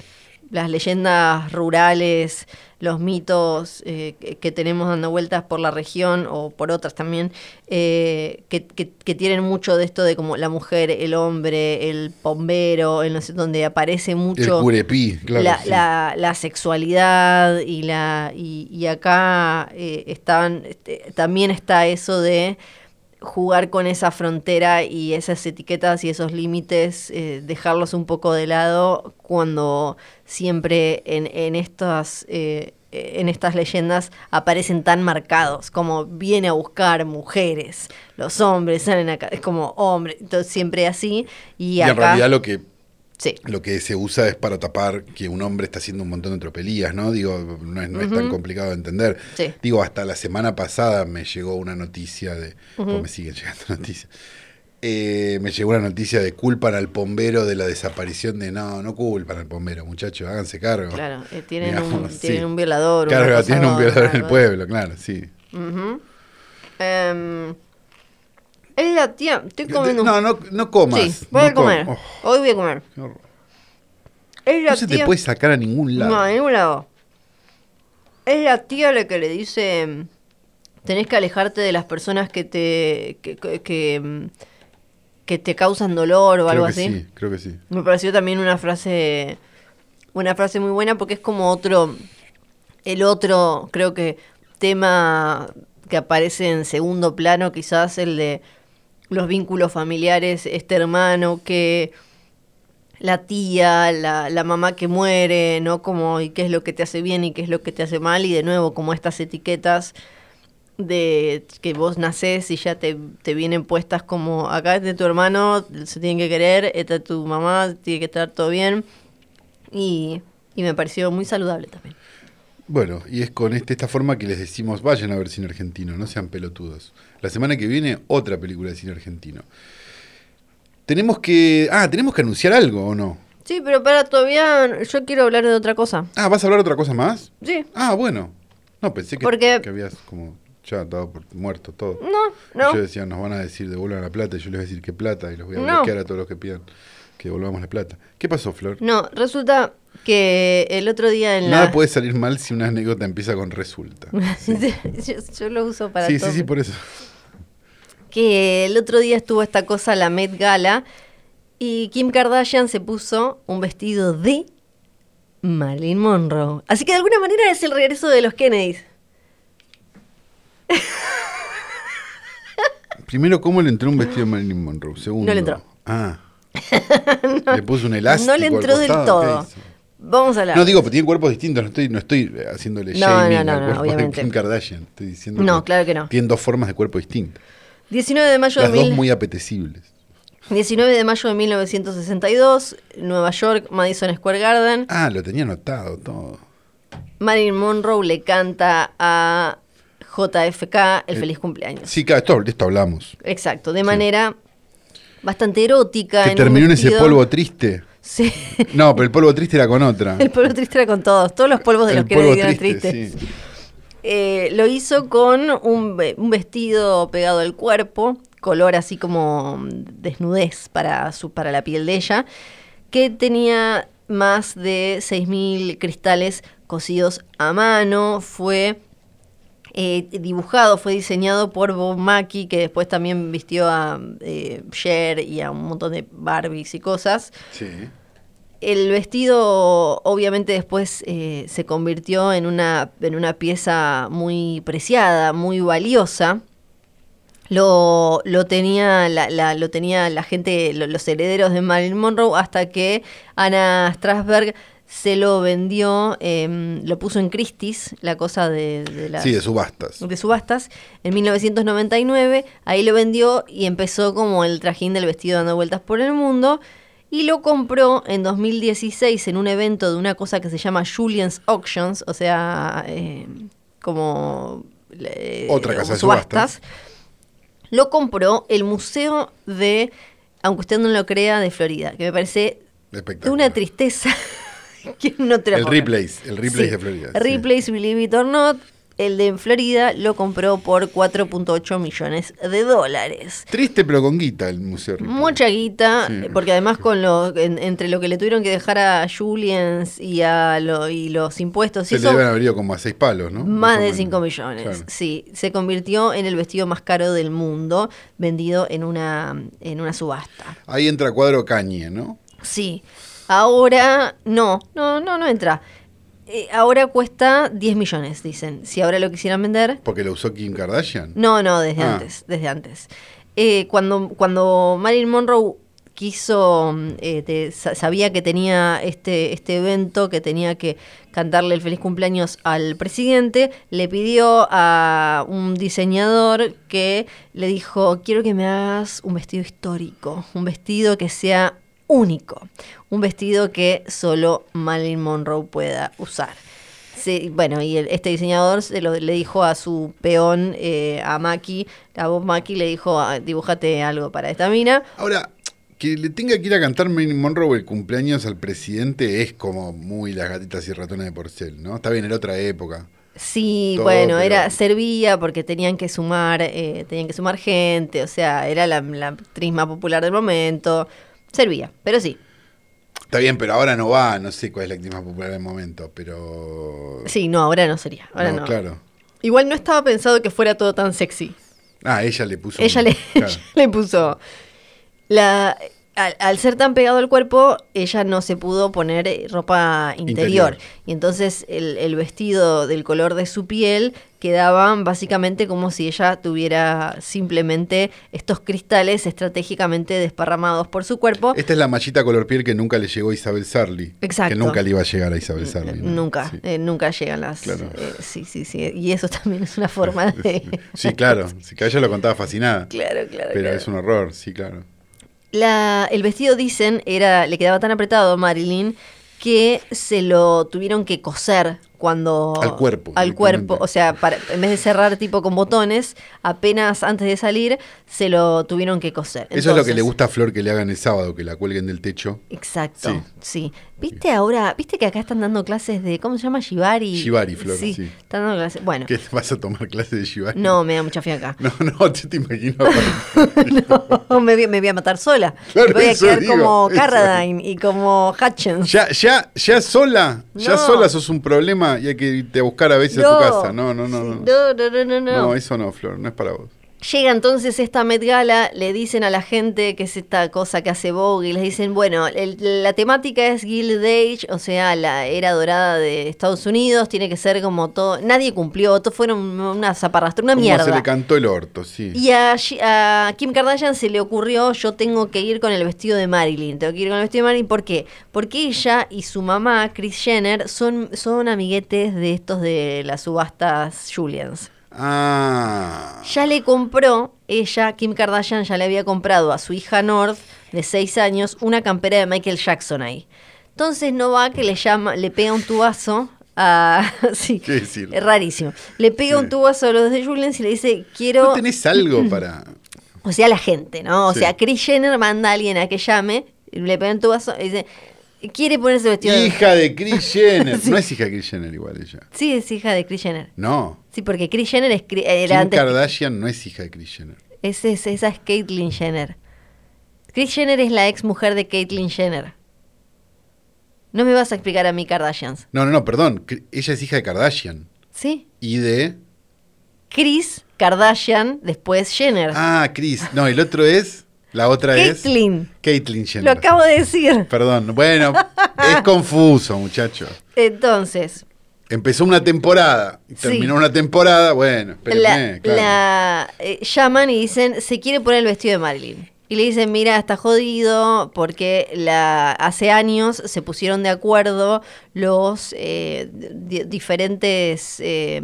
[SPEAKER 2] las leyendas rurales, los mitos eh, que, que tenemos dando vueltas por la región o por otras también, eh, que, que- que tienen mucho de esto de como la mujer, el hombre, el bombero, el no sé, donde aparece
[SPEAKER 3] El
[SPEAKER 2] mucho
[SPEAKER 3] curepí, claro.
[SPEAKER 2] la,
[SPEAKER 3] sí.
[SPEAKER 2] la- la sexualidad y la y, y acá eh, estaban este, también está eso de jugar con esa frontera y esas etiquetas y esos límites, eh, dejarlos un poco de lado cuando siempre en, en estas eh, en estas leyendas aparecen tan marcados, como viene a buscar mujeres, los hombres salen acá, es como hombre, entonces siempre así y,
[SPEAKER 3] Y en
[SPEAKER 2] acá
[SPEAKER 3] realidad lo que
[SPEAKER 2] sí.
[SPEAKER 3] lo que se usa es para tapar que un hombre está haciendo un montón de tropelías, ¿no? Digo, no es, no es tan complicado de entender.
[SPEAKER 2] Sí.
[SPEAKER 3] Digo, hasta la semana pasada me llegó una noticia de. pues me siguen llegando noticias. Eh, me llegó una noticia de culpan al bombero de la desaparición de. No, no culpan al bombero, muchachos, háganse cargo.
[SPEAKER 2] Claro, eh, tienen,
[SPEAKER 3] Digamos,
[SPEAKER 2] un,
[SPEAKER 3] sí.
[SPEAKER 2] tienen un violador. un
[SPEAKER 3] Claro, tienen un
[SPEAKER 2] acosador,
[SPEAKER 3] violador en el
[SPEAKER 2] algo.
[SPEAKER 3] pueblo, claro, sí.
[SPEAKER 2] Ujú. Em, es la tía, estoy comiendo. un-
[SPEAKER 3] No, no, no comas.
[SPEAKER 2] sí, voy a
[SPEAKER 3] no com-
[SPEAKER 2] comer.
[SPEAKER 3] Oh,
[SPEAKER 2] Hoy voy a comer.
[SPEAKER 3] qué horror.
[SPEAKER 2] Es la
[SPEAKER 3] no se
[SPEAKER 2] tía.
[SPEAKER 3] te puede sacar a ningún lado.
[SPEAKER 2] No, a ningún lado. Es la tía la que le dice, em, tenés que alejarte de las personas que te que, que- que, em, que te causan dolor o
[SPEAKER 3] creo
[SPEAKER 2] algo
[SPEAKER 3] que
[SPEAKER 2] así.
[SPEAKER 3] sí, creo que sí.
[SPEAKER 2] Me pareció también una frase una frase muy buena porque es como otro el otro creo que tema que aparece en segundo plano quizás el de los vínculos familiares, este hermano que la tía, la, la mamá que muere, ¿no? Como y qué es lo que te hace bien y qué es lo que te hace mal y de nuevo como estas etiquetas de que vos nacés y ya te, te vienen puestas como acá es de tu hermano, se tienen que querer, esta es tu mamá, tiene que estar todo bien. Y, y me pareció muy saludable también.
[SPEAKER 3] Bueno, y es con este- esta forma que les decimos, vayan a ver cine argentino, no sean pelotudos. La semana que viene, otra película de cine argentino. Tenemos que... Ah, tenemos que anunciar algo, ¿o no?
[SPEAKER 2] Sí, pero para todavía yo quiero hablar de otra cosa.
[SPEAKER 3] Ah, ¿vas a hablar otra cosa más?
[SPEAKER 2] Sí.
[SPEAKER 3] Ah, bueno. No, pensé que,
[SPEAKER 2] Porque-
[SPEAKER 3] que habías como ya dado por muerto todo.
[SPEAKER 2] No,
[SPEAKER 3] Y
[SPEAKER 2] no.
[SPEAKER 3] Yo decía, nos van a decir devuelvan la plata, y yo les voy a decir que plata, y los voy a
[SPEAKER 2] No.
[SPEAKER 3] bloquear a todos los que pidan que devolvamos la plata. ¿Qué pasó, Flor?
[SPEAKER 2] No, resulta que el otro día en
[SPEAKER 3] Nada
[SPEAKER 2] la...
[SPEAKER 3] puede salir mal si una anécdota empieza con resulta.
[SPEAKER 2] yo, yo lo uso para
[SPEAKER 3] sí,
[SPEAKER 2] todo.
[SPEAKER 3] sí, sí, por eso.
[SPEAKER 2] que el otro día estuvo esta cosa, la Met Gala, y Kim Kardashian se puso un vestido de Marilyn Monroe. Así que de alguna manera es el regreso de los Kennedys.
[SPEAKER 3] Primero, ¿cómo le entró un vestido a Marilyn Monroe? Segundo.
[SPEAKER 2] No le entró.
[SPEAKER 3] Ah. le puso un elástico.
[SPEAKER 2] no le
[SPEAKER 3] al
[SPEAKER 2] entró del
[SPEAKER 3] costado, ¿qué
[SPEAKER 2] todo.
[SPEAKER 3] hizo?
[SPEAKER 2] Vamos a hablar.
[SPEAKER 3] No digo, porque tienen cuerpos distintos. No estoy, no estoy eh, haciéndole
[SPEAKER 2] No,
[SPEAKER 3] shaming
[SPEAKER 2] no, no,
[SPEAKER 3] al
[SPEAKER 2] no,
[SPEAKER 3] cuerpo
[SPEAKER 2] obviamente.
[SPEAKER 3] de Kim Kardashian. Estoy diciendo
[SPEAKER 2] No, claro que no.
[SPEAKER 3] Tienen dos formas de cuerpo distintas.
[SPEAKER 2] 19 de mayo de
[SPEAKER 3] Las dos
[SPEAKER 2] mil-
[SPEAKER 3] muy apetecibles.
[SPEAKER 2] 19 de mayo de 1962, Nueva York, Madison Square Garden.
[SPEAKER 3] Ah, lo tenía anotado todo.
[SPEAKER 2] Marilyn Monroe le canta a JFK el
[SPEAKER 3] Eh,
[SPEAKER 2] feliz cumpleaños.
[SPEAKER 3] Sí, claro, esto, de esto hablamos.
[SPEAKER 2] Exacto, de manera bastante erótica.
[SPEAKER 3] Que
[SPEAKER 2] en un
[SPEAKER 3] terminó en ese
[SPEAKER 2] vestido-
[SPEAKER 3] polvo triste.
[SPEAKER 2] Sí.
[SPEAKER 3] No, pero el polvo triste era con otra.
[SPEAKER 2] El polvo triste era con todos, todos los polvos de
[SPEAKER 3] El
[SPEAKER 2] los que
[SPEAKER 3] polvo
[SPEAKER 2] le dieron
[SPEAKER 3] triste,
[SPEAKER 2] tristes.
[SPEAKER 3] sí.
[SPEAKER 2] Eh, lo hizo con un, ve- un vestido pegado al cuerpo, color así como desnudez para, su, para la piel de ella, que tenía más de 6.000 cristales cosidos a mano, fue eh, dibujado, fue diseñado por Bob Mackie, que después también vistió a eh, Cher y a un montón de Barbies y cosas.
[SPEAKER 3] Sí.
[SPEAKER 2] El vestido obviamente después eh, se convirtió en una, en una pieza muy preciada, muy valiosa. Lo, lo, tenía, la, la- lo tenía la gente, lo- los herederos de Marilyn Monroe, hasta que Ana Strasberg se lo vendió, em, lo puso en Christie's, la cosa de, de las-
[SPEAKER 3] Sí, de subastas.
[SPEAKER 2] de subastas en 1999. Ahí lo vendió y empezó como el trajín del vestido dando vueltas por el mundo. Y lo compró en 2016 en un evento de una cosa que se llama Julian's Auctions, o sea, eh, como. eh,
[SPEAKER 3] Otra casa de subastas.
[SPEAKER 2] Lo compró el Museo de, aunque usted no lo crea, de Florida, que me parece de
[SPEAKER 3] Espectacular.
[SPEAKER 2] una tristeza que no te la
[SPEAKER 3] El
[SPEAKER 2] puedo creer.
[SPEAKER 3] Ripley's, el Ripley's de Florida, sí.
[SPEAKER 2] Ripley's, Believe It or Not. el de en Florida lo compró por 4.8 millones de dólares.
[SPEAKER 3] Triste pero con guita el Museo Ripley.
[SPEAKER 2] Mucha guita,
[SPEAKER 3] Sí.
[SPEAKER 2] porque además con lo, en- entre lo que le tuvieron que dejar a Julians y a lo- y los impuestos
[SPEAKER 3] Se
[SPEAKER 2] y
[SPEAKER 3] le
[SPEAKER 2] eso,
[SPEAKER 3] deben haber ido como a seis palos, ¿no?
[SPEAKER 2] más
[SPEAKER 3] o
[SPEAKER 2] de
[SPEAKER 3] menos.
[SPEAKER 2] 5 millones.
[SPEAKER 3] Claro.
[SPEAKER 2] Sí, se convirtió en el vestido más caro del mundo, vendido en una, en una subasta.
[SPEAKER 3] Ahí entra cuadro Cañe, ¿no?
[SPEAKER 2] Sí. Ahora, no, no, no, no entra. Eh, ahora cuesta 10 millones, dicen. Si ahora lo quisieran vender,
[SPEAKER 3] Porque lo usó Kim Kardashian.
[SPEAKER 2] no, no, desde
[SPEAKER 3] Ah.
[SPEAKER 2] antes, desde antes. Eh, cuando, cuando Marilyn Monroe quiso, mm, eh, te- sa- sabía que tenía este, este evento, que tenía que cantarle el feliz cumpleaños al presidente, le pidió a un diseñador que le dijo, quiero que me hagas un vestido histórico, un vestido que sea único, un vestido que solo Marilyn Monroe pueda usar. Sí, bueno, y el- este diseñador se lo- le dijo a su peón, eh, a Maki, a Bob Maki, le dijo, "Ah, dibújate algo para esta mina.
[SPEAKER 3] Ahora, que le tenga que ir a cantar Marilyn Monroe el cumpleaños al presidente es como muy las gatitas y ratones de porcel, ¿no? Está bien, era otra época.
[SPEAKER 2] Sí,
[SPEAKER 3] Todo,
[SPEAKER 2] bueno,
[SPEAKER 3] pero-
[SPEAKER 2] era servía porque tenían que sumar, eh, tenían que sumar gente, o sea, era la, la actriz más popular del momento, servía, pero sí,
[SPEAKER 3] Está bien, pero ahora no va, no sé cuál es la actriz más popular del momento, pero...
[SPEAKER 2] sí, no, ahora no sería, ahora no.
[SPEAKER 3] Oh. claro.
[SPEAKER 2] Igual no estaba pensado que fuera todo tan sexy.
[SPEAKER 3] Ah, ella le puso...
[SPEAKER 2] Ella
[SPEAKER 3] un-
[SPEAKER 2] le,
[SPEAKER 3] claro.
[SPEAKER 2] ella le puso. La, al, al ser tan pegado al cuerpo, ella no se pudo poner eh, ropa interior.
[SPEAKER 3] Interior.
[SPEAKER 2] Y entonces el, el vestido del color de su piel quedaban básicamente como si ella tuviera simplemente estos cristales estratégicamente desparramados por su cuerpo.
[SPEAKER 3] Esta es la mallita color piel que nunca le llegó a Isabel Sarli.
[SPEAKER 2] Exacto.
[SPEAKER 3] Que nunca le iba a llegar a Isabel Sarli. ¿no?
[SPEAKER 2] Nunca,
[SPEAKER 3] Sí.
[SPEAKER 2] eh, nunca llegan las.
[SPEAKER 3] Claro.
[SPEAKER 2] eh, sí, sí, sí. Y eso también es una forma de.
[SPEAKER 3] Sí, claro. Sí, que a ella lo contaba fascinada.
[SPEAKER 2] claro, claro.
[SPEAKER 3] pero
[SPEAKER 2] claro.
[SPEAKER 3] es un horror, sí, claro.
[SPEAKER 2] La- el vestido, dicen, era, le quedaba tan apretado a Marilyn que se lo tuvieron que coser cuando...
[SPEAKER 3] Al cuerpo,
[SPEAKER 2] Al cuerpo,
[SPEAKER 3] directamente.
[SPEAKER 2] o sea, para- en vez de cerrar tipo con botones, apenas antes de salir, se lo tuvieron que coser.
[SPEAKER 3] Eso es lo que
[SPEAKER 2] Entonces-
[SPEAKER 3] le gusta a Flor que le hagan el sábado, que la cuelguen del techo.
[SPEAKER 2] Exacto,
[SPEAKER 3] Sí.
[SPEAKER 2] sí. ¿Viste ahora, viste que acá están dando clases de, ¿cómo se llama? Shibari.
[SPEAKER 3] Shibari, Flor, sí.
[SPEAKER 2] Están dando clases, bueno.
[SPEAKER 3] ¿Qué vas a tomar clase de Shibari?
[SPEAKER 2] No, me da mucha fiaca.
[SPEAKER 3] No, no, te, te imagino.
[SPEAKER 2] No, me, voy- me voy a matar sola.
[SPEAKER 3] Claro,
[SPEAKER 2] me voy a
[SPEAKER 3] eso
[SPEAKER 2] quedar
[SPEAKER 3] digo,
[SPEAKER 2] como
[SPEAKER 3] eso.
[SPEAKER 2] Carradine y como Hutchins.
[SPEAKER 3] ya, ya, ya sola, ya
[SPEAKER 2] No.
[SPEAKER 3] sola sos un problema y hay que irte a buscar a veces a tu casa. No, no, no.
[SPEAKER 2] Sí,
[SPEAKER 3] No,
[SPEAKER 2] No, no, no, no, no.
[SPEAKER 3] No, eso no, Flor, no es para vos.
[SPEAKER 2] Llega entonces esta Met Gala, le dicen a la gente que es esta cosa que hace Vogue y les dicen, bueno, el- la temática es Gilded Age, o sea, la era dorada de Estados Unidos, tiene que ser como todo, nadie cumplió, todo fueron una zaparrastra, una
[SPEAKER 3] Como
[SPEAKER 2] mierda.
[SPEAKER 3] se le cantó el orto, sí.
[SPEAKER 2] Y a, Gi- a Kim Kardashian se le ocurrió, yo tengo que ir con el vestido de Marilyn, tengo que ir con el vestido de Marilyn, ¿por qué? Porque ella y su mamá, Kris Jenner, son, son amiguetes de estos de las subastas Julians.
[SPEAKER 3] Ah.
[SPEAKER 2] Ya le compró, ella, Kim Kardashian, ya le había comprado a su hija North, de 6 años, una campera de Michael Jackson ahí. Entonces no va que le llama, le pega un tubazo a. sí,
[SPEAKER 3] ¿Qué decir?
[SPEAKER 2] es rarísimo. Le pega
[SPEAKER 3] Sí.
[SPEAKER 2] un tubazo a los de Julian y le dice, quiero.
[SPEAKER 3] ¿No tenés algo para.?
[SPEAKER 2] O sea, la gente, ¿no? O
[SPEAKER 3] Sí.
[SPEAKER 2] sea, Kris Jenner manda a alguien a que llame, le pega un tubazo y dice, quiere ponerse vestido de-
[SPEAKER 3] Hija de Kris Jenner. No es hija de Kris Jenner igual ella.
[SPEAKER 2] Sí, es hija de Kris Jenner.
[SPEAKER 3] No.
[SPEAKER 2] Sí, porque Kris Jenner es, Kri- era
[SPEAKER 3] Kim
[SPEAKER 2] antes que-
[SPEAKER 3] Kardashian no es hija de Kris Jenner.
[SPEAKER 2] Es, es- esa es Caitlyn Jenner. Kris Jenner es la ex mujer de Caitlyn Jenner. No me vas a explicar a mí Kardashians,
[SPEAKER 3] No, no, no, perdón. Kri- Ella es hija de Kardashian.
[SPEAKER 2] ¿sí?
[SPEAKER 3] Y de.
[SPEAKER 2] Kris Kardashian, después Jenner.
[SPEAKER 3] Ah, Kris. No, el otro es. La otra
[SPEAKER 2] Caitlyn.
[SPEAKER 3] es. Caitlyn
[SPEAKER 2] Lo
[SPEAKER 3] Jenner.
[SPEAKER 2] acabo de decir.
[SPEAKER 3] Perdón. Bueno, es confuso, muchachos.
[SPEAKER 2] Entonces,
[SPEAKER 3] Empezó una temporada. y
[SPEAKER 2] Sí.
[SPEAKER 3] Terminó una temporada. Bueno, espérenme,
[SPEAKER 2] la,
[SPEAKER 3] claro.
[SPEAKER 2] la, eh, llaman y dicen, se quiere poner el vestido de Marilyn. Y le dicen, mira, está jodido porque la, hace años se pusieron de acuerdo los eh, di- diferentes eh,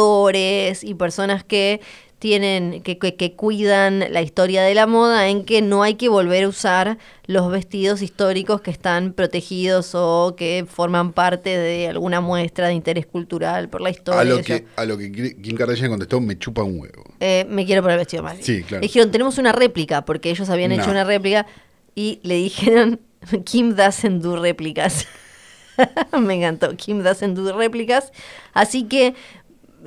[SPEAKER 2] curadores y personas que tienen que, que- que cuidan la historia de la moda en que no hay que volver a usar los vestidos históricos que están protegidos o que forman parte de alguna muestra de interés cultural por la historia.
[SPEAKER 3] a, lo
[SPEAKER 2] qué sé yo.
[SPEAKER 3] que, a lo que Kri- Kim Kardashian contestó, me chupa un huevo.
[SPEAKER 2] Eh, me quiero poner el vestido de Marilyn.
[SPEAKER 3] Sí, claro.
[SPEAKER 2] Le dijeron, tenemos una réplica, porque ellos habían
[SPEAKER 3] No.
[SPEAKER 2] hecho una réplica y le dijeron, Kim doesn't do réplicas. me encantó, Kim doesn't do réplicas. Así que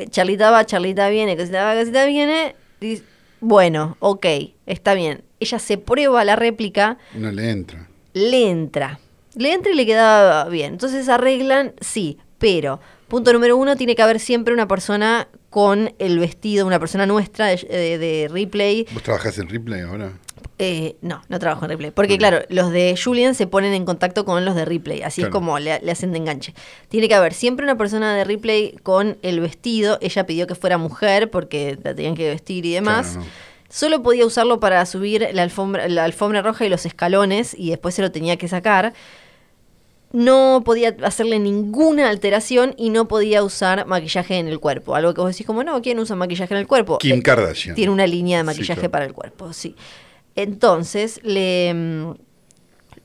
[SPEAKER 2] Charlita va, Charlita viene, Casita va, Casita viene. dice, bueno, ok, está bien. Ella se prueba la réplica,
[SPEAKER 3] No le entra.
[SPEAKER 2] le entra. Le entra y le queda bien. Entonces arreglan, sí, pero punto número uno, tiene que haber siempre una persona con el vestido, una persona nuestra de, de- de replay.
[SPEAKER 3] ¿Vos trabajás en Ripley ahora?
[SPEAKER 2] Eh, no, no trabajo en replay.
[SPEAKER 3] Mm.
[SPEAKER 2] Porque, claro, los de Julian se ponen en contacto con los de replay. Así es
[SPEAKER 3] Claro.
[SPEAKER 2] como le, le hacen de enganche. Tiene que haber siempre una persona de replay con el vestido. Ella pidió que fuera mujer porque la tenían que vestir y demás.
[SPEAKER 3] Claro, no.
[SPEAKER 2] Solo podía usarlo para subir la alfombra, la alfombra roja y los escalones y después se lo tenía que sacar. No podía hacerle ninguna alteración y no podía usar maquillaje en el cuerpo. Algo que vos decís como, no, ¿quién usa maquillaje en el cuerpo?
[SPEAKER 3] Kim Kardashian.
[SPEAKER 2] Eh, Tiene una línea de
[SPEAKER 3] Sí,
[SPEAKER 2] maquillaje
[SPEAKER 3] claro.
[SPEAKER 2] para el cuerpo, sí. Entonces, le, mm,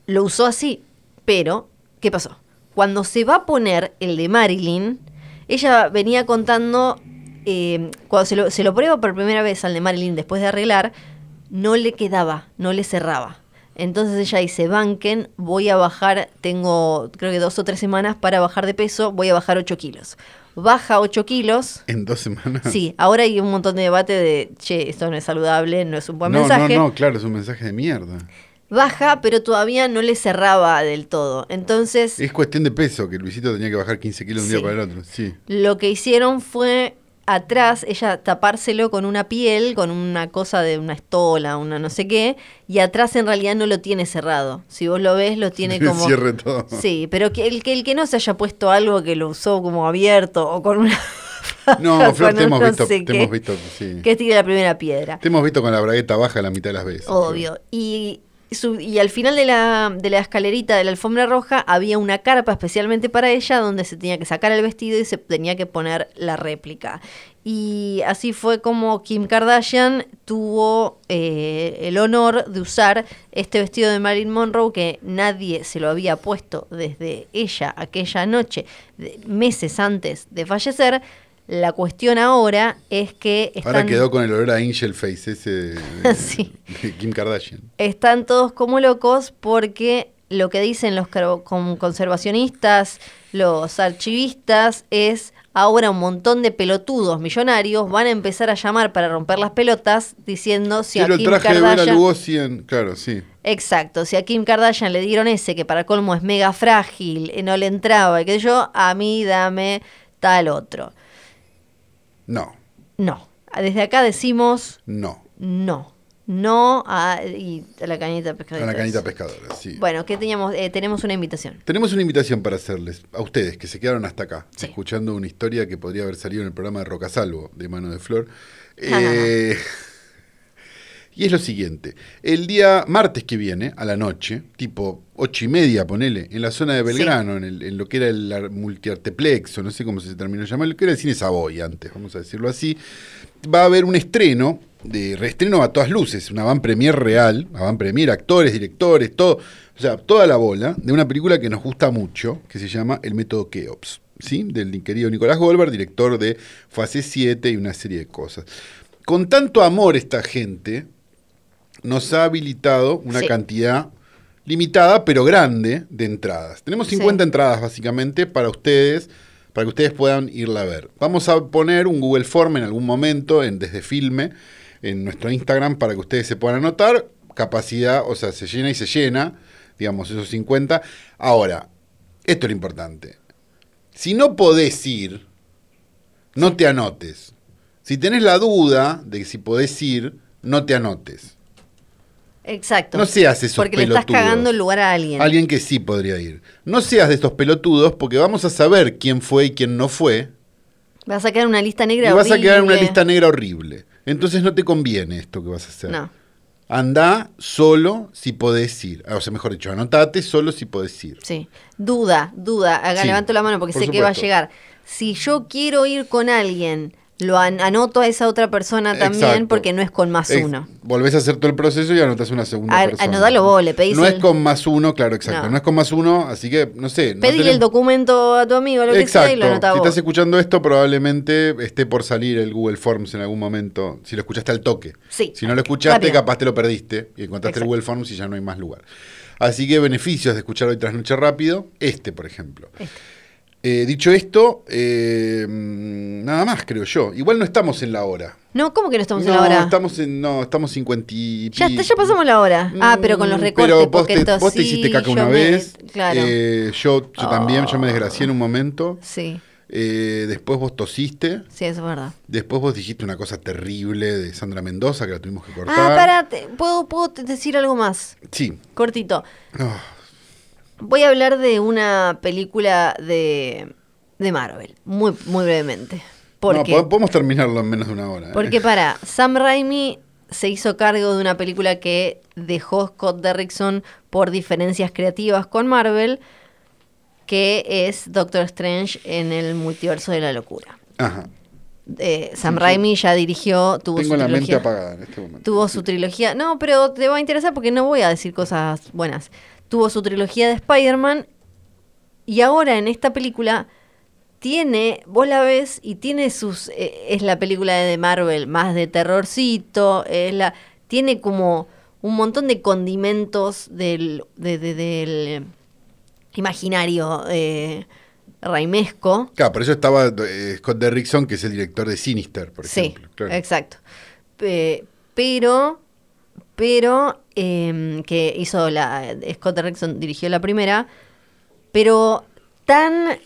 [SPEAKER 2] lo usó así, pero, ¿qué pasó? Cuando se va a poner el de Marilyn, ella venía contando, eh, cuando se lo, se lo prueba por primera vez al de Marilyn después de arreglar, no le quedaba, no le cerraba. Entonces ella dice, banquen, voy a bajar, tengo creo que dos o tres semanas para bajar de peso, voy a bajar 8 kilos. Baja 8 kilos,
[SPEAKER 3] ¿En dos semanas?
[SPEAKER 2] Sí, ahora hay un montón de debate de, che, esto no es saludable, no es un buen
[SPEAKER 3] no,
[SPEAKER 2] mensaje.
[SPEAKER 3] no, no, claro, es un mensaje de mierda.
[SPEAKER 2] Baja, pero todavía no le cerraba del todo. Entonces,
[SPEAKER 3] Es cuestión de peso, que Luisito tenía que bajar 15 kilos de un
[SPEAKER 2] Sí.
[SPEAKER 3] día para el otro. Sí.
[SPEAKER 2] lo que hicieron fue atrás, ella tapárselo con una piel, con una cosa de una estola, una no sé qué, y atrás en realidad no lo tiene cerrado. Si vos lo ves, lo tiene como...
[SPEAKER 3] Cierre todo.
[SPEAKER 2] Sí, pero que el, que el que no se haya puesto algo que lo usó como abierto o con una...
[SPEAKER 3] No, Flor,
[SPEAKER 2] con
[SPEAKER 3] te
[SPEAKER 2] un
[SPEAKER 3] hemos
[SPEAKER 2] no
[SPEAKER 3] visto,
[SPEAKER 2] sé
[SPEAKER 3] te
[SPEAKER 2] qué,
[SPEAKER 3] hemos visto, sí.
[SPEAKER 2] Que tire la primera piedra.
[SPEAKER 3] Te hemos visto con la bragueta baja la mitad de las veces.
[SPEAKER 2] Obvio. Y, su- y al final de la, de la escalerita de la alfombra roja había una carpa especialmente para ella donde se tenía que sacar el vestido y se tenía que poner la réplica. Y así fue como Kim Kardashian tuvo eh, el honor de usar este vestido de Marilyn Monroe que nadie se lo había puesto desde ella aquella noche, de- meses antes de fallecer. La cuestión ahora es que están...
[SPEAKER 3] Ahora quedó con el olor a Angel Face ese de, de-
[SPEAKER 2] Sí.
[SPEAKER 3] de Kim Kardashian.
[SPEAKER 2] están todos como locos porque lo que dicen los carbo- con- conservacionistas, los archivistas, es ahora un montón de pelotudos millonarios van a empezar a llamar para romper las pelotas diciendo si
[SPEAKER 3] Quiero
[SPEAKER 2] a
[SPEAKER 3] el
[SPEAKER 2] Kim
[SPEAKER 3] traje de Vera
[SPEAKER 2] Kardashian...
[SPEAKER 3] Lugosi en... Claro, sí.
[SPEAKER 2] Exacto, si a Kim Kardashian le dieron ese que para colmo es mega frágil, eh, no le entraba, y que yo, a mí dame tal otro.
[SPEAKER 3] No,
[SPEAKER 2] No, desde acá decimos
[SPEAKER 3] no.
[SPEAKER 2] no, no a, y a la cañita
[SPEAKER 3] A
[SPEAKER 2] pescadora.
[SPEAKER 3] la canita pescadora, sí.
[SPEAKER 2] Bueno, ¿qué teníamos? Eh, tenemos una invitación.
[SPEAKER 3] Tenemos una invitación para hacerles, a ustedes que se quedaron hasta acá,
[SPEAKER 2] Sí.
[SPEAKER 3] escuchando una historia que podría haber salido en el programa de Rocasalvo, de Mano de Flor.
[SPEAKER 2] Ajá.
[SPEAKER 3] Eh, y es lo siguiente, el día martes que viene, a la noche, tipo ocho y media, ponele, en la zona de Belgrano, en, el- en lo que era el ar- multiarteplex, o no sé cómo se terminó de llamar, lo que era el cine Savoy antes, vamos a decirlo así, va a haber un estreno, de reestreno a todas luces, una van premier real, van premier, actores, directores, todo, o sea, toda la bola de una película que nos gusta mucho, que se llama El método Keops, ¿sí? Del querido Nicolás Goldberg, director de Fase 7 y una serie de cosas. Con tanto amor esta gente nos ha habilitado una
[SPEAKER 2] Sí.
[SPEAKER 3] cantidad limitada pero grande de entradas. Tenemos
[SPEAKER 2] Sí.
[SPEAKER 3] 50 entradas básicamente para ustedes, para que ustedes puedan irla a ver. Vamos a poner un Google Form en algún momento, en, desde Filme, en nuestro Instagram para que ustedes se puedan anotar. Capacidad, o sea, se llena y se llena, digamos, esos 50. Ahora, esto es lo importante. Si no podés ir, no te anotes. Si tenés la duda de si podés ir, no te anotes.
[SPEAKER 2] Exacto.
[SPEAKER 3] No seas esos
[SPEAKER 2] Porque le
[SPEAKER 3] pelotudos.
[SPEAKER 2] estás cagando el lugar a alguien.
[SPEAKER 3] Alguien que sí podría ir. No seas de estos pelotudos porque vamos a saber quién fue y quién no fue.
[SPEAKER 2] Vas a quedar en una lista negra
[SPEAKER 3] y vas a quedar en una
[SPEAKER 2] horrible.
[SPEAKER 3] lista negra horrible. Entonces no te conviene esto que vas a hacer.
[SPEAKER 2] No,
[SPEAKER 3] Andá solo si podés ir. Ah, O sea, mejor dicho, anotate solo si podés ir.
[SPEAKER 2] sí. Duda, duda. Acá
[SPEAKER 3] Sí,
[SPEAKER 2] levanto la mano porque
[SPEAKER 3] por
[SPEAKER 2] sé que va a
[SPEAKER 3] supuesto.
[SPEAKER 2] llegar. Si yo quiero ir con alguien, lo an- anoto a esa otra persona también
[SPEAKER 3] Exacto.
[SPEAKER 2] porque no es con más
[SPEAKER 3] Ex-
[SPEAKER 2] uno.
[SPEAKER 3] Volvés a hacer todo el proceso y anotás una segunda
[SPEAKER 2] A-
[SPEAKER 3] persona.
[SPEAKER 2] anotalo vos, le pedís
[SPEAKER 3] No
[SPEAKER 2] el-
[SPEAKER 3] es con más uno, claro, exacto.
[SPEAKER 2] No.
[SPEAKER 3] No, es con más uno, así que, no sé. no
[SPEAKER 2] Pedile
[SPEAKER 3] tenés-
[SPEAKER 2] el documento a tu amigo, lo que sea, y lo anota
[SPEAKER 3] Exacto. Si
[SPEAKER 2] vos.
[SPEAKER 3] estás escuchando esto, probablemente esté por salir el Google Forms en algún momento. Si lo escuchaste al toque.
[SPEAKER 2] Sí.
[SPEAKER 3] Si no lo escuchaste,
[SPEAKER 2] Rápido.
[SPEAKER 3] capaz te lo perdiste y encontraste
[SPEAKER 2] Exacto.
[SPEAKER 3] el Google Forms y ya no hay más lugar. Así que beneficios de escuchar hoy tras noche rápido. Este, por ejemplo. Eh, dicho esto, eh, mm, nada más creo yo. Igual no estamos en la hora.
[SPEAKER 2] No, ¿cómo que no estamos
[SPEAKER 3] no,
[SPEAKER 2] en la hora?
[SPEAKER 3] Estamos en, no, estamos 50 y...
[SPEAKER 2] Ya, está, ya pasamos la hora. Ah, pero con los
[SPEAKER 3] Mm,
[SPEAKER 2] recortes,
[SPEAKER 3] pero vos
[SPEAKER 2] porque
[SPEAKER 3] te,
[SPEAKER 2] esto
[SPEAKER 3] vos te
[SPEAKER 2] sí,
[SPEAKER 3] hiciste caca
[SPEAKER 2] yo
[SPEAKER 3] una
[SPEAKER 2] me-
[SPEAKER 3] vez.
[SPEAKER 2] Claro, Ah.
[SPEAKER 3] eh, yo yo también, yo me desgracié en un momento.
[SPEAKER 2] sí,
[SPEAKER 3] eh, después vos tosiste.
[SPEAKER 2] sí, eso es verdad.
[SPEAKER 3] Después vos dijiste una cosa terrible de Sandra Mendoza que la tuvimos que cortar.
[SPEAKER 2] Ah, para, ¿puedo, puedo te- decir algo más,
[SPEAKER 3] Sí.
[SPEAKER 2] cortito.
[SPEAKER 3] Ah,
[SPEAKER 2] Voy a hablar de una película de, de Marvel, muy, muy brevemente.
[SPEAKER 3] no,
[SPEAKER 2] Porque,
[SPEAKER 3] po- podemos terminarlo en menos de una hora. ¿eh?
[SPEAKER 2] porque para, Sam Raimi se hizo cargo de una película que dejó Scott Derrickson por diferencias creativas con Marvel, que es Doctor Strange en el multiverso de la locura.
[SPEAKER 3] Ajá.
[SPEAKER 2] Eh, Sam Raimi ya dirigió, tuvo
[SPEAKER 3] Tengo
[SPEAKER 2] su
[SPEAKER 3] la mente
[SPEAKER 2] trilogía-
[SPEAKER 3] apagada en este momento.
[SPEAKER 2] Tuvo su trilogía. No, pero te va a interesar porque no voy a decir cosas buenas. Tuvo su trilogía de Spider-Man y ahora en esta película tiene, vos la ves y tiene sus. eh, es la película de Marvel más de terrorcito, es la, tiene como un montón de condimentos del, de- de- del imaginario eh, raimesco.
[SPEAKER 3] Claro, por eso estaba eh, Scott Derrickson, que es el director de Sinister, por ejemplo.
[SPEAKER 2] Sí,
[SPEAKER 3] claro.
[SPEAKER 2] exacto. Pe- pero, pero, em, que hizo la. Scott Derrickson dirigió la primera, pero tan.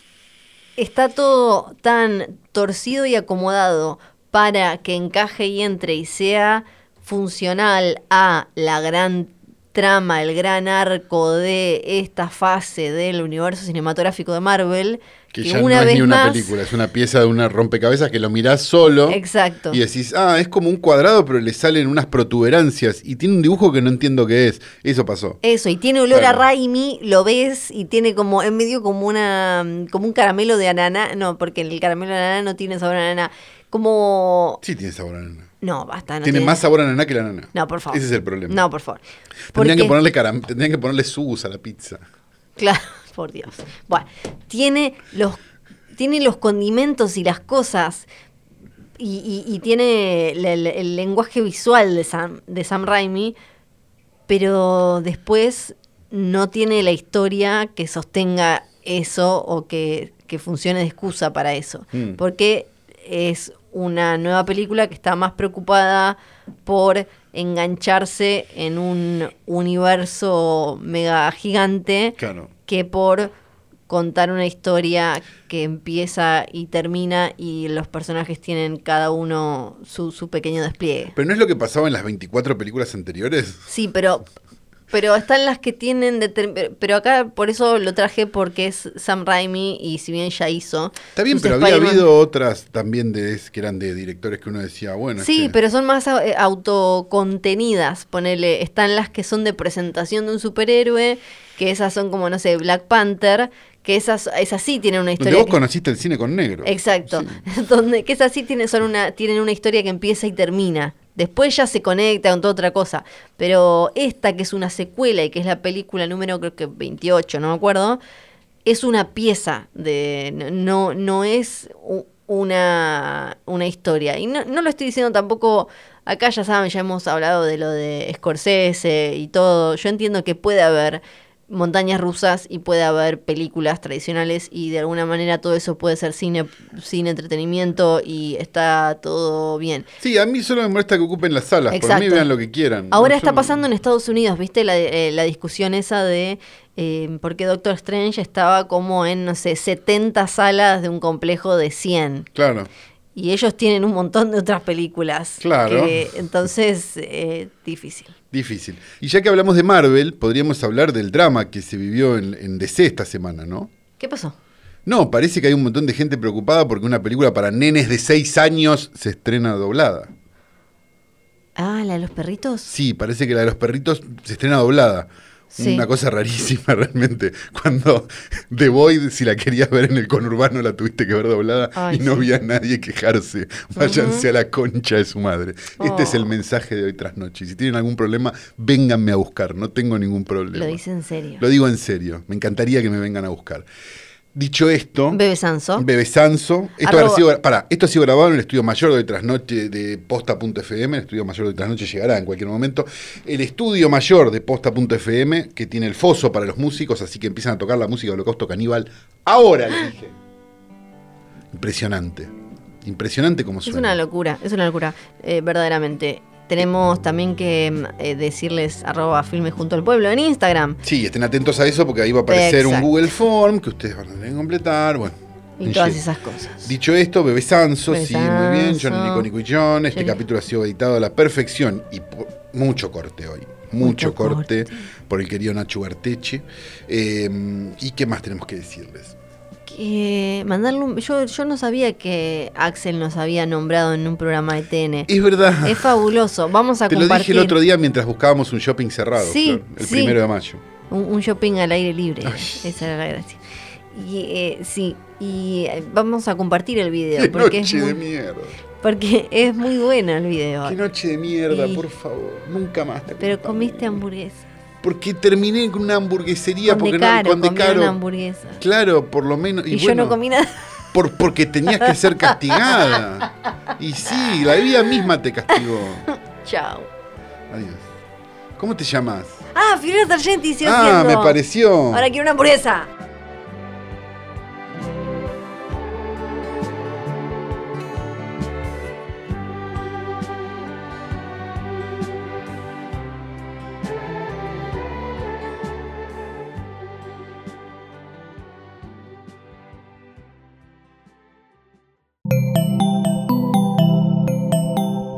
[SPEAKER 2] Está todo tan torcido y acomodado para que encaje y entre y sea funcional a la gran trama, el gran arco de esta fase del universo cinematográfico de Marvel.
[SPEAKER 3] Que ya no es ni una película, es una pieza de una rompecabezas que lo mirás solo.
[SPEAKER 2] Exacto.
[SPEAKER 3] Y decís, ah, es como un cuadrado, pero le salen unas protuberancias y tiene un dibujo que no entiendo qué es. Eso pasó.
[SPEAKER 2] Eso, y tiene olor
[SPEAKER 3] Claro.
[SPEAKER 2] a Raimi, lo ves y tiene como, en medio como una, mm, como un caramelo de ananá, no, porque el caramelo de ananá no tiene sabor a ananá, como,
[SPEAKER 3] Sí, tiene sabor a nana.
[SPEAKER 2] no, basta, no
[SPEAKER 3] tiene más sabor a nana que la nana.
[SPEAKER 2] No, por favor.
[SPEAKER 3] Ese es el problema.
[SPEAKER 2] No, por favor.
[SPEAKER 3] Tendrían, que
[SPEAKER 2] Porque-
[SPEAKER 3] ponerle caram- tendrían que ponerle sus a la pizza.
[SPEAKER 2] Claro, por Dios. Bueno, tiene los, tiene los condimentos y las cosas. Y, y- y tiene el, el- el lenguaje visual de Sam, de Sam Raimi, pero después no tiene la historia que sostenga eso o que, que funcione de excusa para eso.
[SPEAKER 3] Mm.
[SPEAKER 2] Porque es una nueva película que está más preocupada por engancharse en un universo mega gigante
[SPEAKER 3] Claro.
[SPEAKER 2] que por contar una historia que empieza y termina y los personajes tienen cada uno su, su pequeño despliegue.
[SPEAKER 3] Pero no es lo que pasaba en las 24 películas anteriores.
[SPEAKER 2] Sí, pero pero están las que tienen determin- pero acá por eso lo traje porque es Sam Raimi y si bien ya hizo
[SPEAKER 3] Está bien,
[SPEAKER 2] sus
[SPEAKER 3] pero había
[SPEAKER 2] Spider-Man-
[SPEAKER 3] habido otras también de es- que eran de directores que uno decía, bueno.
[SPEAKER 2] Sí,
[SPEAKER 3] este-
[SPEAKER 2] pero son más au- eh, autocontenidas, ponele, están las que son de presentación de un superhéroe, que esas son como no sé, Black Panther, que esas esas sí tienen una
[SPEAKER 3] Donde
[SPEAKER 2] historia
[SPEAKER 3] vos
[SPEAKER 2] que-
[SPEAKER 3] conociste el cine con negro.
[SPEAKER 2] Exacto. Donde, que es así, tienen, son una, tienen una historia que empieza y termina. Después ya se conecta con toda otra cosa. Pero esta, que es una secuela y que es la película número creo que 28, no me acuerdo, es una pieza de. no, no es u- una, una historia. Y no, no lo estoy diciendo tampoco. Acá ya saben, ya hemos hablado de lo de Scorsese y todo. Yo entiendo que puede haber montañas rusas y puede haber películas tradicionales y de alguna manera todo eso puede ser cine, cine entretenimiento y está todo bien.
[SPEAKER 3] Sí, a mí solo me molesta que ocupen las salas. Por mí
[SPEAKER 2] Exacto.
[SPEAKER 3] vean lo que quieran.
[SPEAKER 2] Ahora
[SPEAKER 3] No,
[SPEAKER 2] está
[SPEAKER 3] yo-
[SPEAKER 2] pasando en Estados Unidos, ¿viste? La, eh, la discusión esa de eh, por qué Doctor Strange estaba como en, no sé, 70 salas de un complejo de 100.
[SPEAKER 3] Claro.
[SPEAKER 2] Y ellos tienen un montón de otras películas.
[SPEAKER 3] Claro.
[SPEAKER 2] que- entonces, eh, difícil.
[SPEAKER 3] Difícil. Y ya que hablamos de Marvel, podríamos hablar del drama que se vivió en, en DC esta semana, ¿no?
[SPEAKER 2] ¿Qué pasó?
[SPEAKER 3] No, parece que hay un montón de gente preocupada porque una película para nenes de 6 años se estrena doblada.
[SPEAKER 2] Ah, la de los perritos.
[SPEAKER 3] Sí, parece que la de los perritos se estrena doblada.
[SPEAKER 2] Sí.
[SPEAKER 3] Una cosa rarísima realmente. Cuando The Void, si la querías ver en el conurbano, la tuviste que ver doblada
[SPEAKER 2] Ay,
[SPEAKER 3] y no
[SPEAKER 2] sí.
[SPEAKER 3] había nadie quejarse. Váyanse a la concha de su madre. Este es
[SPEAKER 2] Oh.
[SPEAKER 3] el mensaje de hoy tras noche. Si tienen algún problema, vénganme a buscar. No tengo ningún problema.
[SPEAKER 2] Lo dice en serio.
[SPEAKER 3] Lo digo en serio. Me encantaría que me vengan a buscar. Dicho esto,
[SPEAKER 2] Bebe Sanso.
[SPEAKER 3] Bebe Sanso. Esto,
[SPEAKER 2] Arroba-
[SPEAKER 3] habrá sido, pará, esto ha sido grabado en el estudio mayor de hoy Trasnoche de Posta.fm. El estudio mayor de Trasnoche llegará en cualquier momento. El estudio mayor de Posta.fm, que tiene el foso para los músicos, así que empiezan a tocar la música de Holocausto Caníbal. Ahora les dije. Impresionante. Impresionante como
[SPEAKER 2] Es
[SPEAKER 3] suena.
[SPEAKER 2] una locura, es una locura, eh, verdaderamente. Tenemos también que mm, eh, decirles arroba filme junto al pueblo en Instagram.
[SPEAKER 3] Sí, estén atentos a eso porque ahí va a aparecer un
[SPEAKER 2] Exacto.
[SPEAKER 3] Google Form que ustedes van a tener que completar. Bueno.
[SPEAKER 2] Y
[SPEAKER 3] ni
[SPEAKER 2] todas
[SPEAKER 3] llego.
[SPEAKER 2] esas cosas.
[SPEAKER 3] Dicho esto, Bebé Sanso,
[SPEAKER 2] Bebé
[SPEAKER 3] sí, muy bien,
[SPEAKER 2] Sanso.
[SPEAKER 3] John Nico Nico y John. Este
[SPEAKER 2] Johnny-
[SPEAKER 3] capítulo ha sido editado a la perfección y po- mucho corte hoy. Mucho,
[SPEAKER 2] Mucho
[SPEAKER 3] corte, por el querido Nacho Garteche. Eh, ¿Y qué más tenemos que decirles?
[SPEAKER 2] Que mandarle un- yo, yo no sabía que Axel nos había nombrado en un programa de TN.
[SPEAKER 3] Es verdad.
[SPEAKER 2] Es fabuloso. Vamos a
[SPEAKER 3] Te lo dije
[SPEAKER 2] compartir
[SPEAKER 3] el otro día mientras buscábamos un shopping cerrado,
[SPEAKER 2] Sí,
[SPEAKER 3] Flor, el
[SPEAKER 2] sí.
[SPEAKER 3] primero de mayo.
[SPEAKER 2] un, un shopping al aire libre.
[SPEAKER 3] Ay.
[SPEAKER 2] Esa era la gracia. Y eh, sí, y eh, vamos a compartir el video
[SPEAKER 3] Qué
[SPEAKER 2] porque es,
[SPEAKER 3] noche de
[SPEAKER 2] muy,
[SPEAKER 3] mierda.
[SPEAKER 2] porque es muy bueno el video.
[SPEAKER 3] Qué noche de mierda,
[SPEAKER 2] Y-
[SPEAKER 3] por favor. Nunca más. te
[SPEAKER 2] Pero
[SPEAKER 3] acompaño.
[SPEAKER 2] comiste hamburguesa.
[SPEAKER 3] Porque terminé con una hamburguesería
[SPEAKER 2] Con
[SPEAKER 3] porque
[SPEAKER 2] de
[SPEAKER 3] no
[SPEAKER 2] caro,
[SPEAKER 3] con de
[SPEAKER 2] comí
[SPEAKER 3] caro.
[SPEAKER 2] una hamburguesa.
[SPEAKER 3] Claro, por lo menos.
[SPEAKER 2] Y,
[SPEAKER 3] Y,
[SPEAKER 2] yo no
[SPEAKER 3] bueno,
[SPEAKER 2] comí nada.
[SPEAKER 3] por- porque tenías que ser castigada. Y sí, la vida misma te castigó.
[SPEAKER 2] Chao.
[SPEAKER 3] Adiós. ¿Cómo te llamas?
[SPEAKER 2] Ah, Fiorella Sargenti sigue
[SPEAKER 3] ah,
[SPEAKER 2] siendo.
[SPEAKER 3] me pareció.
[SPEAKER 2] Ahora quiero una hamburguesa.